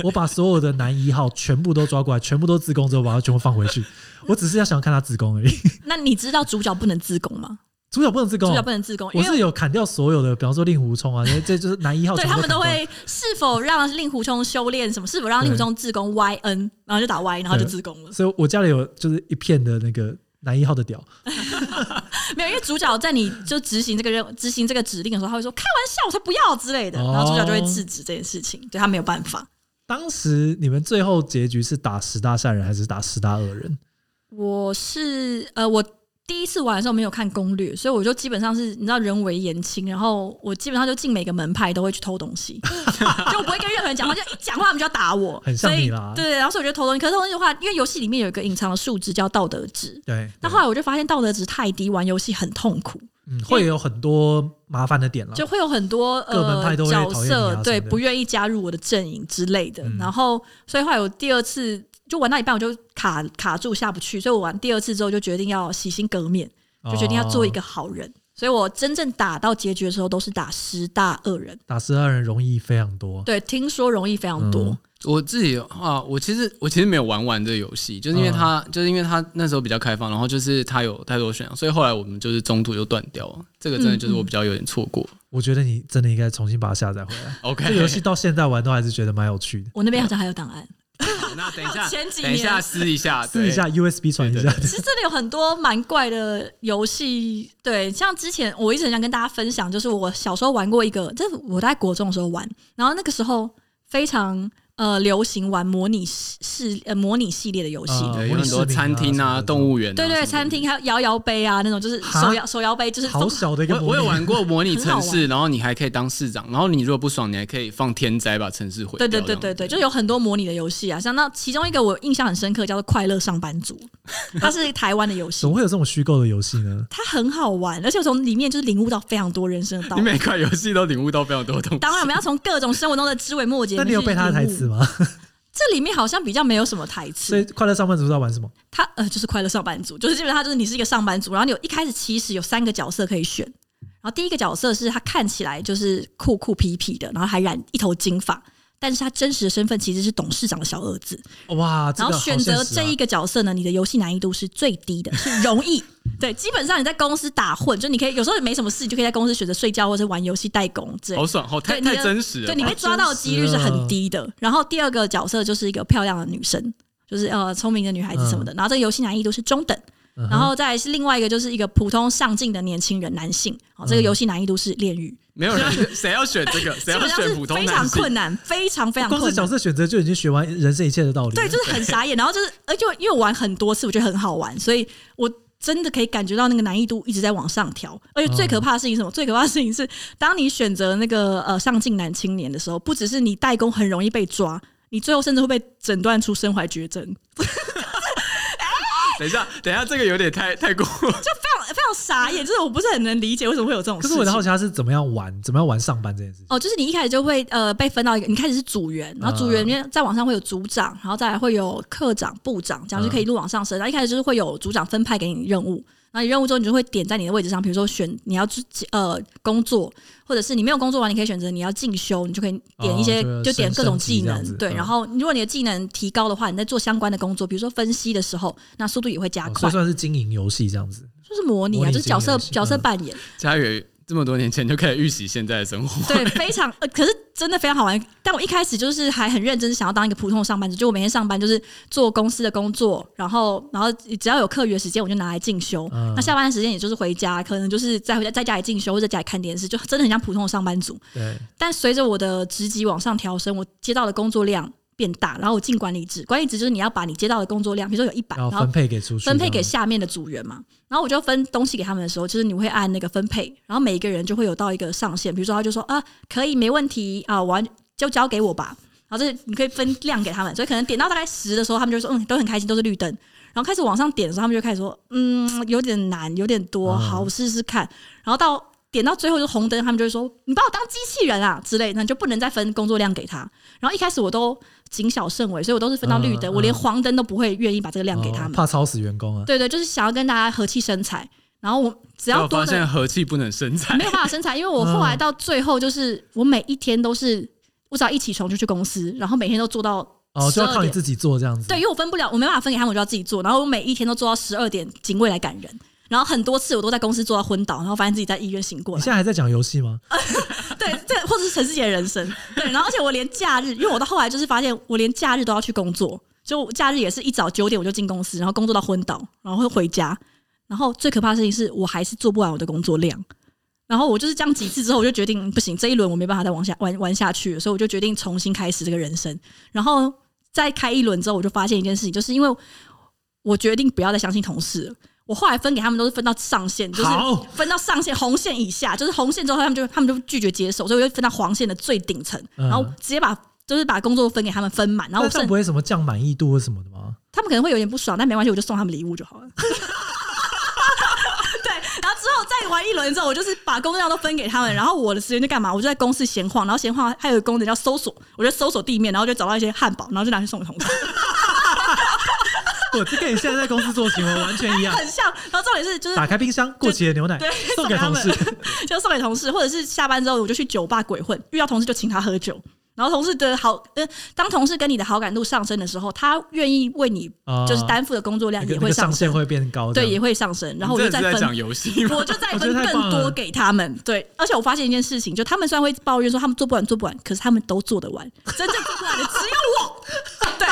S1: 我把所有的男一号全部都抓过来，全部都自宫之后，把他全部放回
S2: *laughs*
S1: 去。我只是要想看他自宫而已。
S2: 那你知道主角不能自宫吗？
S1: 主角不能自宫啊
S2: 主角，不能自宫，因
S1: 我
S2: 为
S1: 是有砍掉所有的，比方说令狐冲啊，因为这就是男一号
S2: 对
S1: 全
S2: 他
S1: 部
S2: 们
S1: 砍掉。
S2: 都会是否让令狐冲修炼什么，是否让令狐冲自宫 Y N，
S1: *laughs*
S2: 然后就打 Y，然后就自宫了。
S1: 所以我家里有就是一片的那个男一号的屌，
S2: 没有，因为主角在你就执行这个任务、执行这个指令的时候，他会说开玩笑，我才不要之类的，
S1: 哦
S2: 然后主角就会制止这件事情，对他没有办法。
S1: 当时你们最后结局是打十大善人还是打十大恶人？
S2: 我是呃，我第一次玩的时候没有看攻略，所以我就基本上是你知道人为言轻，然后我基本上就进每个门派都会去偷东西， *laughs* 就我不会跟任何人讲话，就一讲话他们就要打我，
S1: 很像
S2: 所以
S1: 你啦
S2: 对，然后所以我就偷东西。可是偷东西的话，因为游戏里面有一个隐藏的数值叫道德值，
S1: 对，
S2: 那后来我就发现道德值太低，玩游戏很痛苦。
S1: 嗯，会有很多麻烦的点了。
S2: 就会有很多
S1: 啊各门派
S2: 呃
S1: 都会讨厌
S2: 角
S1: 你啊什
S2: 色
S1: 么的
S2: 对不愿意加入我的阵营之类的。
S1: 嗯
S2: 然后，所以后来我第二次就玩到一半，我就卡卡住下不去，所以我玩第二次之后就决定要洗心革面，就决定要做一
S1: 哦
S2: 个好人。所以我真正打到结局的时候，都是打十大恶人。
S1: 打十大恶人容易非常多。
S2: 对，听说容易非常多。
S1: 哦嗯
S3: 我自己的话，我其实我其实没有玩完这个游戏，就是因为它、就是因为它那时候比较开放，然后就是它有太多选项，所以后来我们就是中途就断掉了。这个真的就是我比较有点错过。
S1: 我觉得你真的应该重新把它下载回来。
S3: OK，
S1: 这个游戏到现在玩都还是觉得蛮有趣的。
S2: 我那边好像还有档案，
S3: 好 *laughs* 那等一下，
S2: 前几年
S3: 等一下撕一下，
S1: 试一下 USB 传一下，
S3: 啊对
S2: 其实这里有很多蛮怪的游戏，对，像之前我一直很想跟大家分享，就是我小时候玩过一个，这是我在国中的时候玩，然后那个时候非常呃流行玩模拟系呃模拟系列的游戏。
S1: 啊
S3: 对，有很多餐厅啊、动物园、啊，
S2: 对对，
S3: 什么
S2: 餐
S3: 的
S2: 厅还有摇摇杯啊，那种就是
S1: 哈
S2: 手摇手摇杯，就是
S1: 好小的一个
S3: 我我
S1: 模
S3: 有
S1: 拟
S3: 玩过模拟城
S2: 很好
S3: 市，然后你还可以当市长，然后你如果不爽，你还可以放天灾把城
S1: 哦
S3: 市毁
S2: 对
S3: 掉。
S2: 对对对对，就有很多模拟的游戏啊，像那其中一个我印象很深刻，叫做《快乐上班族》，它是台湾的
S1: *laughs*
S2: 游戏
S1: 怎么，会有这种虚构的游戏呢？
S2: 它很好玩，而且我从里面就是领悟到非常多人生的道
S3: 你
S2: 理。
S3: 每款游戏都领悟到非常多东西。
S2: 当然，我们要从各种生活中的枝微末节。
S1: 那你有背他的台词？吗？
S2: 这里面好像比较没有什么台
S1: 所以
S2: 词。
S1: 《快乐上班族》在玩什么？
S2: 他呃，就是快乐上班族，就是基本上他就是你是一个上班族，然后你有一开始其实有三个角色可以选。然后第一个角色是他看起来就是酷酷痞痞的，然后还染一头金发，但是他真实的身份其实是董事长的小儿子。
S1: 哇，这
S2: 然
S1: 个
S2: 后
S1: 好
S2: 选
S1: 现实啊
S2: 择这一个角色呢，你的游戏难易度是最低的，是容易。 *laughs* 对，基本上你在公司打混，就你可以有时候没什么事，你就可以在公司选择睡觉或者玩游戏代工之类的
S3: 好爽，好太
S2: 对你
S3: 太
S2: 的
S3: 真实了
S2: 对，你
S1: 好
S2: 被抓到的几率是很低的。然后第二个角色就是一个漂亮的女生，就是呃聪明的女孩子什么的。然后这个游戏难易度是中等，
S1: 嗯哼
S2: 然后再来是另外一个就是一个普通上进的年轻人男性，哦，这个游戏难易度是炼狱，
S3: 没
S2: *laughs*
S3: 有人谁要选这个，谁
S2: 基
S3: 要
S2: 本上
S3: 选
S2: 是
S3: 普通
S2: 非
S3: 男
S2: 常
S3: 性
S2: 困？难，非常非常
S1: 哦光
S2: 困
S1: 是角
S2: 难。
S1: 色选择就已经学完人生一切的道理了。
S2: 对，就是很傻眼。然后就是，而且因为我玩很多次，我觉得很好玩，所以我。真的可以感觉到那个难易度一直在往上调，而且最
S1: 嗯
S2: 可怕的事情是什么？最可怕的事情是，当你选择那个呃上进男青年的时候，不只是你代工很容易被抓，你最后甚至会被诊断出身怀绝症，就
S3: 等一下，等一下，这个有点太太过。
S2: 非常非常傻眼。就是我不是很能理解为什么会有这种
S1: 可
S2: 事
S1: 是
S2: 情。
S1: 我的好奇他是怎么样玩，怎么样玩上班这件事情。
S2: 哦，就是你一开始就会呃被分到一个，你开始是组员，然后组员
S1: 嗯
S2: 里面再往上会有组长，然后再来会有科长、部长，这样就可以一路往上升。然后一开始就是会有组长分派给你任务，然后你任务之后你就会点在你的位置上，比如说选你要去呃工作，或者是你没有工作完，你可以选择你要进修，你就可以呃点一些、
S1: 哦就
S2: 就是点
S1: 升
S2: 各种
S1: 升级
S2: 技
S1: 这样
S2: 能
S1: 子。
S2: 对，
S1: 嗯
S2: 然后如果你的技能提高的话，你在做相关的工作，比如说分析的时候，那速度也会加
S1: 哦
S2: 快，
S1: 所以算是经营游戏这样子。
S2: 就是模拟
S1: 模
S2: 啊，
S1: 拟
S2: 就是角
S1: 经营
S2: 色
S1: 游戏
S2: 角色
S1: 嗯
S2: 扮演。
S3: 佳宇这么多年前就开始预习现在的生活，
S2: *laughs* 对，非常呃，可是真的非常好玩。但我一开始就是还很认真，想要当一个普通的上班族，就我每天上班就是做公司的工作，然后然后只要有课余的时间，我就拿来进修。
S1: 嗯
S2: 那下班的时间也就是回家，可能就是在回家在家里进修或者在家里看电视，就真的很像普通的上班族。
S1: 对，
S2: 但随着我的职级往上调升，我接到的工作量变大，然后我进管理职，管理职就是你要把你接到的工作量，比如说有一百，
S1: 然
S2: 然
S1: 后
S2: 后
S1: 分配给出去这样，
S2: 分配给下面的组员嘛。然后我就分东西给他们的时候，就是你会按那个分配，然后每一个人就会有到一个上限，比如说他就说啊，可以没问题啊，完就交给我吧。然后这你可以分量给他们，所以可能点到大概十的时候，他们就说嗯，都很开心，都是绿灯。然后开始往上点的时候，他们就开始说嗯，有点难，有点多，
S1: 嗯
S2: 好，我试试看。然后到点到最后就红灯，他们就会说嗯你把我当机器人啊之类的，那你就不能再分工作量给他。然后一开始我都谨小慎微，所以我都是分到绿灯，
S1: 嗯
S2: 我连
S1: 嗯
S2: 黄灯都不会愿意把这个量给他
S1: 哦
S2: 们。
S1: 怕操死员工啊。
S2: 对对，就是想要跟大家和气生财。然后我只
S3: 然后
S2: 要
S3: 我
S2: 多
S3: 发
S2: 的
S3: 现嗯和气不能生财
S2: 没。有办法生财，因为我后来到最后就是我每一天都是，我只要一起床就去公司，然后每天都做到
S1: 哦，
S2: 十
S1: 就要
S2: 二
S1: 靠你
S2: 点。
S1: 自己做这样子。
S2: 对，因为我分不了，我没办法分给他们，我就要自己做。然后我每一天都做到十二点，警卫来赶人。然后很多次我都在公司做到昏倒，然后发现自己在医院醒过
S1: 你
S2: 来
S1: 现。在还在讲游戏吗？
S2: 对，这或者是陈世杰的人生。对，然后而且我连假日，因为我到后来就是发现我连假日都要去工作，就我假日也是一早九点我就进公司，然后工作到昏倒，然后会回家。然后最可怕的事情是我还是做不完我的工作量。然后我就是这样几次之后，我就决定不行，这一轮我没办法再往下玩玩下去了，所以我就决定重新开始这个人生。然后再开一轮之后，我就发现一件事情，就是因为我决定不要再相信同事了。我后来分给他们都是分到上限，就是
S1: 好
S2: 分到上限红线以下，就是红线之后他们就他们就拒绝接手，所以我就分到黄线的最顶层，
S1: 嗯
S2: 然后直接把就是把工作分给他们分满，然后
S1: 那
S2: 我
S1: 这
S2: 剩
S1: 样不会什么降满意度或什么的吗？ *laughs*
S2: 他们可能会有点不爽，但没关系，我就送他们礼物就好了。 *laughs* 对，然后之后再玩一轮之后，我就是把工作量都分给他们，然后我的时间就干嘛？我就在公司闲晃，然后闲晃还有一个功能叫搜索，我就搜索地面，然后就找到一些汉堡，然后就拿去送给同事，
S1: 我这跟你现在在公司做行为完全一样，
S2: 很像。然后重点是就是
S1: 打开冰箱，过期的牛奶
S2: 对
S1: *laughs* 送给同事，
S2: 送 *laughs* 就送给同事，或者是下班之后我就去酒吧鬼混，遇到同事就请他喝酒。然后同事的好，呃，当同事跟你的好感度上升的时候，他愿意为你
S1: 啊
S2: 就是担负的工作量
S1: 那个
S2: 也
S1: 那
S2: 会
S1: 个上
S2: 上
S1: 限
S2: 升，
S1: 会变高这
S2: 对，
S1: 样。
S2: 也会上升。然后我
S3: 你
S2: 就
S3: 真的
S2: 再
S3: 是
S2: 分
S3: 在讲游戏吗？
S2: 我就再
S1: *laughs* 我觉
S2: 分
S1: 得太棒
S2: 更
S1: 了
S2: 多给他们。对，而且我发现一件事情，就他们虽然会抱怨说他们做不完做不完，可是他们都做得完，真正做不完的只有我。对。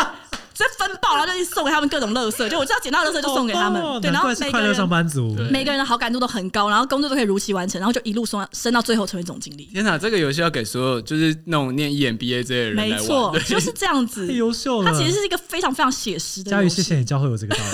S2: 这分爆，然后就去送给他们各种乐色，就我知道捡到乐色就送给他们，
S1: 哦
S2: 对，
S1: 难
S2: 然后
S1: 怪是
S2: 每
S1: 快
S2: 个
S1: 乐上
S2: 人
S1: 班族，
S3: 对
S2: 每个人的好感度都很高，然后工作都可以如期完成，然后就一路升升到最后成为总经理，
S3: 天哪，这个游戏要给所有就是那种念 E EMBA 这些人来
S2: 没
S3: 玩，
S2: 错，
S3: 对哎
S2: 就是这样子
S3: *laughs*
S1: 太。优秀了。
S2: 它其实是一个非常非常写实的
S1: 佳
S2: 游
S1: 宇，
S2: 戏，
S1: 谢谢你教会我这个道
S2: *laughs*
S1: 理。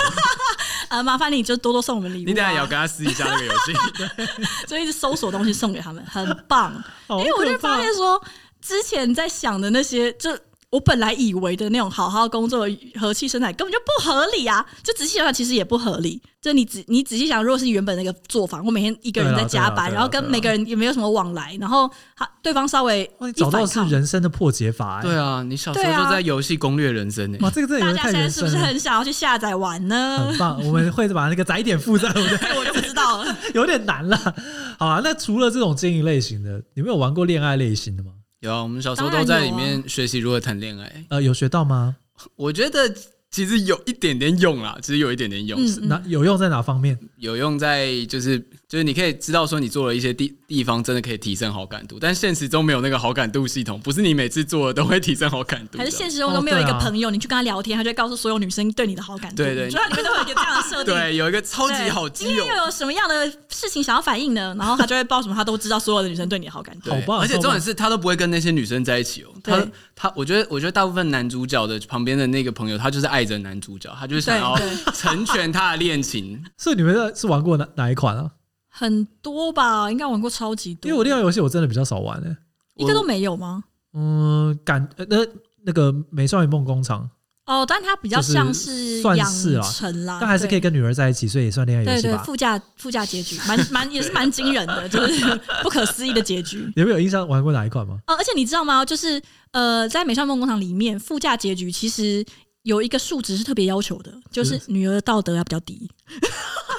S2: 呃，麻烦你就多多送我们礼物、啊，
S3: 你等一下也要跟他试一下那个游戏。
S2: *laughs* 就一直搜索东西送给他们，很棒。
S1: 好
S2: 因为我就
S1: 可
S2: 发
S1: 怕
S2: 现说，之前在想的那些，就我本来以为的那种好好工作、和气生财，根本就不合理啊！就仔细想想，其实也不合理。就你仔你仔细想，如果是原本那个做法，我每天一个人
S1: 对
S2: 在
S1: 啦
S2: 加
S1: 对啦
S2: 班，
S1: 对啦
S2: 然后跟
S1: 对啦
S2: 每个人也没有什么往来，然后他对方稍微
S1: 哇，你
S2: 一
S1: 找到
S2: 反
S1: 的是
S2: 抗。
S1: 人生的破解法、欸。
S3: 对啊，你小时
S2: 对
S3: 候
S2: 啊
S3: 就在游戏攻略人生呢、欸
S1: 哇，这个真的
S2: 大
S1: 有点
S2: 家
S1: 太
S2: 现在
S1: 人
S2: 是呃不
S1: 生
S2: 是
S1: 了。
S2: 很想要去下载玩呢
S1: 很？棒，我们会把那个载点附在我们的，
S2: 这 *laughs* 我就不知道了。
S1: 有点难了。好啊，那除了这种经营类型的，你们有玩过恋爱类型的吗？
S3: 有啊，我们小时候
S2: 当然
S3: 都在
S2: 有
S3: 里
S2: 啊
S3: 面学习如何谈恋爱。
S1: 呃，有学到吗？
S3: 我觉得其实有一点点用啦，其实有一点点用，
S2: 嗯
S3: 是
S1: 哪有用在哪方面？
S3: 有用在就是就是你可以知道说你做了一些地地方真的可以提升好感度，但现实中没有那个好感度系统，不是你每次做的都会提升好感度的。
S2: 还是现实中都没有一
S1: 哦
S2: 个
S1: 对啊
S2: 朋友，你去跟他聊天，他就会告诉所有女生对你的好感度。
S3: 对对
S2: 你觉得它里面都会有一个这样的设定。
S3: 对，有一个超级
S2: 对
S3: 好基
S2: 今
S3: 友
S2: 天，又有什么样的事情想要反应呢？然后他就会报什么，他都知道所有的女生对你的
S1: *laughs*
S2: 好感度。
S3: 对
S1: 好棒
S3: 而且重
S1: 好
S3: 点
S1: 棒
S3: 是他都不会跟那些女生在一起哦。他
S2: 对
S3: 他，我觉得我觉得大部分男主角的旁边的那个朋友，他就是爱着男主角，他就是想
S2: 对
S3: 要
S2: 对
S3: 成全他的恋
S2: *laughs*
S3: 情。
S1: 所以你们的是玩过哪哪一款啊？
S2: 很多吧，应该玩过超级多。
S1: 因为我恋爱游戏我真的比较少玩诶、欸
S2: 一个都没有吗？
S1: 嗯，感呃那那个《美少女梦工厂》，
S2: 哦，但它比较
S1: 就是
S2: 像是
S1: 算
S2: 养
S1: 是啦
S2: 成啦，
S1: 但还是可以
S2: 对。
S1: 跟女儿在一起，所以也算恋爱游
S2: 对
S1: 戏
S2: 对，
S1: 吧。
S2: 附加附加结局，蛮蛮也是蛮惊人的，就是 *laughs* 不可思议的结局。
S1: 你们有印象玩过哪一款吗？
S2: 哦，而且你知道吗？就是呃，在《美少女梦工厂》里面，附加结局其实有一个数值是特别要求的，就是女儿的道德要比较低。 *laughs*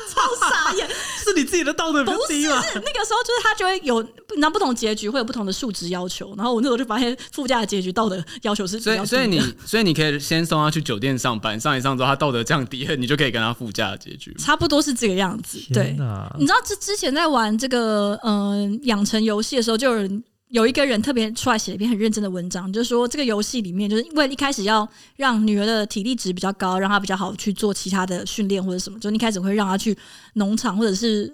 S2: 超傻眼，
S1: 是你自己的道德比较低吗？
S2: 那个时候就是他就会有，你知道不同结局会有不同的数值要求，然后我那时候就发现附加的结局道德要求是比
S3: 所
S2: 较低
S3: 以
S2: 的
S3: 所以你所以你可以先送他去酒店上班，上一上之后他道德降低了，你就可以跟他附加的结局。
S2: 差不多是这个样子，对
S1: 天。哪！
S2: 你知道之之前在玩这个嗯、呃养成游戏的时候，就有人有一个人特别出来写了一篇很认真的文章，就是说这个游戏里面，就是因为一开始要让女儿的体力值比较高，让她比较好去做其他的训练或者什么，就你一开始会让她去 *laughs* 农场或者是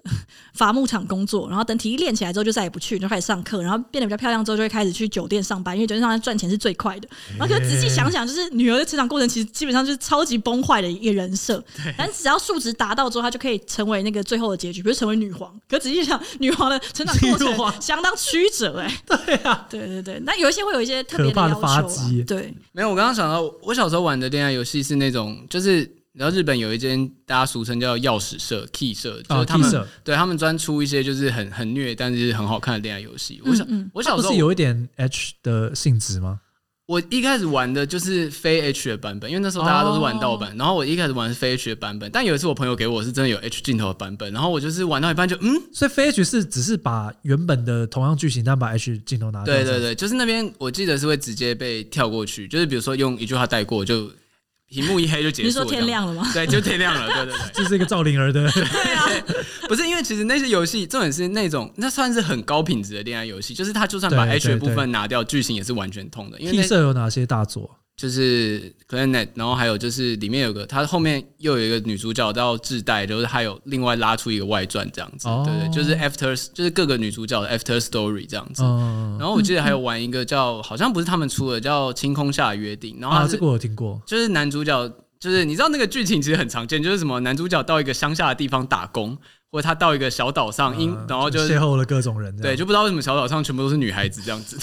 S2: 伐木场工作，然后等体力练起来之后就再也不去，就开始上课，然后变得比较漂亮之后就会开始去酒店上班，因为酒店上班赚钱是最快的。然后就仔细想想，就是女儿的成长过程其实基本上就是超级崩坏的一个人设，但只要数值达到之后，她就可以成为那个最后的结局，比如成为女皇。可仔细想，女皇的成长过
S1: 女皇
S2: 程相当曲折、哎，
S1: *laughs* 对啊，
S2: 对对对，那有一些会有一些特别
S1: 可怕
S2: 要
S1: 的
S2: 求、
S1: 发
S2: 啊
S1: 迹，
S2: 对，
S3: 没有，我刚刚想到，我小时候玩的恋爱游戏是那种，就是你知道日本有一间大家俗称叫钥匙社 Key 社，就是
S1: 啊
S3: 他们、
S1: Key 社
S3: 对他们专出一些就是很很虐但是很好看的恋爱游戏。我小、
S2: 嗯
S3: 我
S1: 它
S3: 小
S1: 不
S3: 时候
S1: 是有一点 H 的性质吗？
S3: 我一开始玩的就是非 H 的版本，因为那时候大家都是玩盗版。
S1: 哦
S3: 然后我一开始玩是非 H 的版本，但有一次我朋友给我是真的有 H 镜头的版本，然后我就是玩到一半就嗯，
S1: 所以非 H 是只是把原本的同样剧情，但把 H 镜头拿掉。
S3: 对对，对，就是那边我记得是会直接被跳过去，就是比如说用一句话带过就屏幕一黑就结
S2: 你
S3: 束。
S2: 是说天？亮了吗？
S3: 对，就天亮了。对对对。
S1: 这是一个赵灵儿的
S3: *laughs* 不是因为其实那些游戏重点是那种，那算是很高品质的恋爱游戏，就是它就算把
S1: 对
S3: H 的
S1: 对
S3: *laughs* 部分拿掉，剧情也是完全通的。因为
S1: T
S3: 那
S1: 社有哪些大作？
S3: 就是 Clanet，然后还有就是里面有个，它后面又有一个女主角叫智代，就是还有另外拉出一个外传这样子，
S1: 哦
S3: 对对，就是 After，就是各个女主角的 After Story 这样子。
S1: 嗯，
S3: *laughs* 然后我记得还有玩一个叫，好像不是他们出的，叫《清空下的约定》，然后它
S1: 啊，
S3: 是、
S1: 这个我有听过，
S3: 就是男主角，就是你知道那个剧情其实很常见，就是什么男主角到一个乡下的地方打工，或者他到一个小岛上，因、
S1: 嗯
S3: 然后就是
S1: 邂逅了各种人，
S3: 对，
S1: 对，
S3: 就不知道为什么小岛上全部都是女孩子这样子。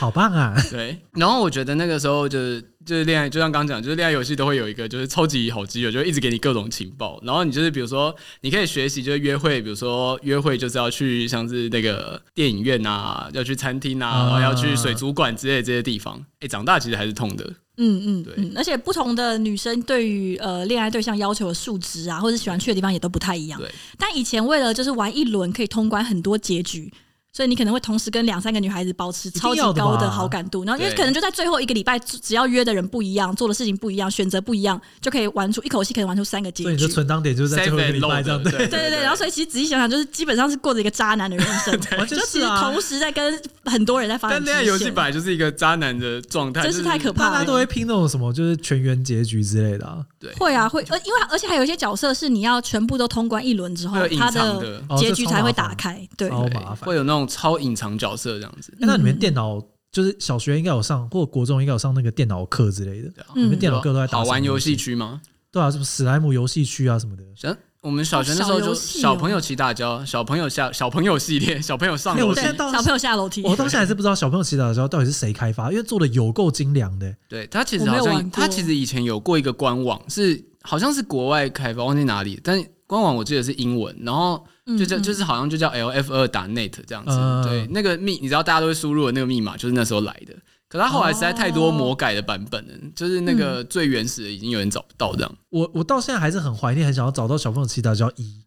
S1: 好棒啊！
S3: 对，然后我觉得那个时候就是就是恋爱，就像刚刚讲，就是恋爱游戏都会有一个就是超级好基友，就一直给你各种情报。然后你就是比如说，你可以学习就是约会，比如说约会就是要去像是那个电影院啊，要去餐厅啊，然后要去水族馆之类的这些地方。哎，长大其实还是痛的。
S2: 嗯嗯
S3: 对
S2: 嗯，而且不同的女生对于呃恋爱对象要求的数值啊，或者喜欢去的地方也都不太一样。
S3: 对，
S2: 但以前为了就是玩一轮可以通关很多结局，所以你可能会同时跟两三个女孩子保持
S1: 一
S2: 超级
S1: 定要的吧
S2: 高的好感度，然后因为
S3: 对
S2: 可能就在最后一个礼拜，只只要约的人不一样，做的事情不一样，选择不一样，就可以玩出一口气可以玩出三个结
S1: 所以你
S2: 局
S1: 的。存档点就是在最后一个
S3: Safe and
S1: 礼拜
S3: low
S1: 这样，
S3: 的，
S1: 对，
S2: 对对对，然后所以其实仔细想想，就是基本上是过着一个渣男的人
S1: *laughs*
S2: 生， *laughs*
S1: 完全
S2: 就是其实
S1: 啊
S2: 同时在跟很多人在发展
S3: 但
S2: 啊极限。
S3: 恋爱游戏本来就是一个渣男的状态，
S2: 真
S3: 就是
S2: 太可怕
S1: 大
S2: 了，
S1: 家都会拼那种什么，就是全员结局之类的啊。
S2: 会啊，会，而因为而且还有一些角色是你要全部都通关一轮之后
S3: 会有，隐
S2: 它
S3: 藏
S2: 的
S3: 的
S1: 哦
S2: 结
S1: 这
S2: 局
S1: 超
S2: 才
S1: 麻
S2: 会
S1: 烦
S2: 打开。对，
S1: 超麻烦
S3: 会有那种超隐藏角色这样子。
S1: 欸那
S2: 嗯
S1: 你们电脑就是小学应该有上，或国中应该有上那个电脑课之类的。
S3: 对啊
S1: 你
S2: 嗯
S1: 们电脑课都在打
S3: 好
S1: 什么
S3: 玩游戏，区吗？
S1: 对啊，什么史莱姆游戏区啊什么
S2: *laughs*
S1: 的。
S3: 行，我们小学那时候
S2: 哦小游
S3: 就
S2: 戏哦
S3: 小朋友骑大跤，小朋友下小朋友系列，小朋友上
S1: 哎
S3: 楼
S1: 我
S3: 梯
S1: 现，在到
S2: 小朋友下楼梯，
S1: 我到现在还是不知道小朋友起打的时候到底是谁开发，因为做的有够精良的、
S3: 对他其实
S2: 我没
S3: 好
S2: 有玩
S3: 像
S2: 过
S3: 他其实以前有过一个官网，是好像是国外开发，忘记哪里，但官网我记得是英文，然后就叫
S2: 嗯嗯
S3: 就是好像就叫 LF 二打 net 这样子
S1: 嗯，
S3: 对，那个密你知道大家都会输入的那个密码就是那时候来的。可他后来实在太多
S2: 哦
S3: 魔改的版本了，
S2: 嗯
S3: 就是那个最原始的已经有人找不到这样。
S1: 我我到现在还是很怀念，很想要找到小朋友起打叫一，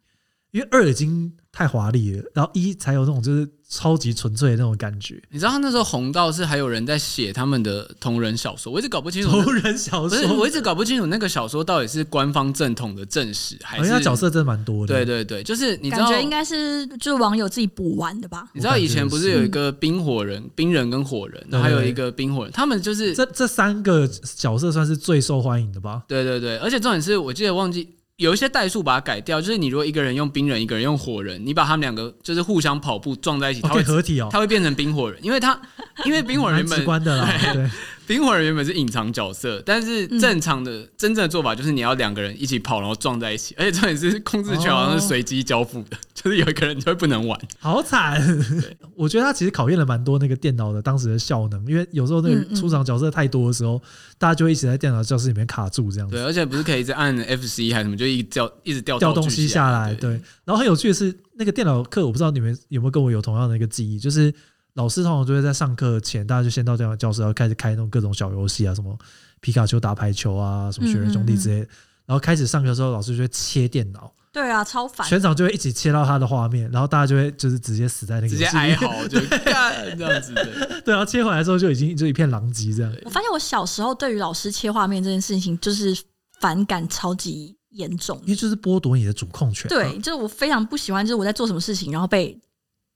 S1: 因为二已经太华丽了，然后一才有那种就是超级纯粹的那种感觉。
S3: 你知道他那时候红到是还有人在写他们的同人小说，我一直搞不清楚那
S1: 同人小
S3: 不是，我
S1: 说，
S3: 一直搞不清楚那个小说到底是官方正统的正史还
S1: 好
S3: 是
S1: 像角色真的蛮多的。
S3: 对对对，就是你知
S2: 感
S3: 道，
S2: 觉应该是就是网友自己补完的吧？
S3: 你知道以前不是有一个冰火人、冰人跟火人，
S1: 嗯对
S3: 还有一个冰火人，他们就是
S1: 这这三个角色算是最受欢迎的吧？
S3: 对对对，而且重点是我记得忘记有一些代数把它改掉，就是你如果一个人用冰人，一个人用火人，你把他们两个就是互相跑步撞在一起，
S1: 哦
S3: 他
S1: 可以
S3: 会
S1: 合体哦，
S3: 他会变成冰火人，因为他因为冰火人
S1: 蛮
S3: 原
S1: 直
S3: 本
S1: 观的
S3: *laughs*
S1: 啦。对，
S3: 冰火人原本是隐藏角色，但是正常的、
S1: 嗯
S3: 真正的做法就是你要两个人一起跑，然后撞在一起，而且重点是控制权好像是随机交付的， *laughs* 就是有一个人就会不能玩。
S1: 好惨！ *laughs* 我觉得他其实考验了蛮多那个电脑的当时的效能，因为有时候那
S2: 嗯嗯
S1: 个出场角色太多的时候，大家就会一起在电脑教室里面卡住这样
S3: 对，啊
S1: 子，
S3: 而且不是可以一直按 FC 还是什么，就一直掉一直掉
S1: 掉
S3: 道具
S1: 东西下来。
S3: 对，
S1: 对，然后很有趣的是，那个电脑课我不知道你们有没有跟我有同样的一个记忆，就是老师通常就会在上课前，大家就先到电脑教室，然后开始开那种各种小游戏啊，什么皮卡丘打排球啊，什么雪人兄弟之
S3: 嗯
S1: 类的。然后开始上课的时候，老师就会切电脑，
S2: 对啊，超烦。
S1: 全场就会一起切到他的画面，然后大家就会就是直接死在那个
S3: 直
S1: 游
S3: 接
S1: 戏
S3: 哀
S1: 里
S3: 嚎就 *laughs* 干这样子的。
S1: *laughs* 对，然啊后切回来之后就已经就一片狼藉这样。
S2: 我发现我小时候对于老师切画面这件事情，就是反感超级严重
S3: 嗯
S1: 因。为就是剥夺你的主控权。
S2: 对，，就是我非常不喜欢，就是我在做什么事情，然后被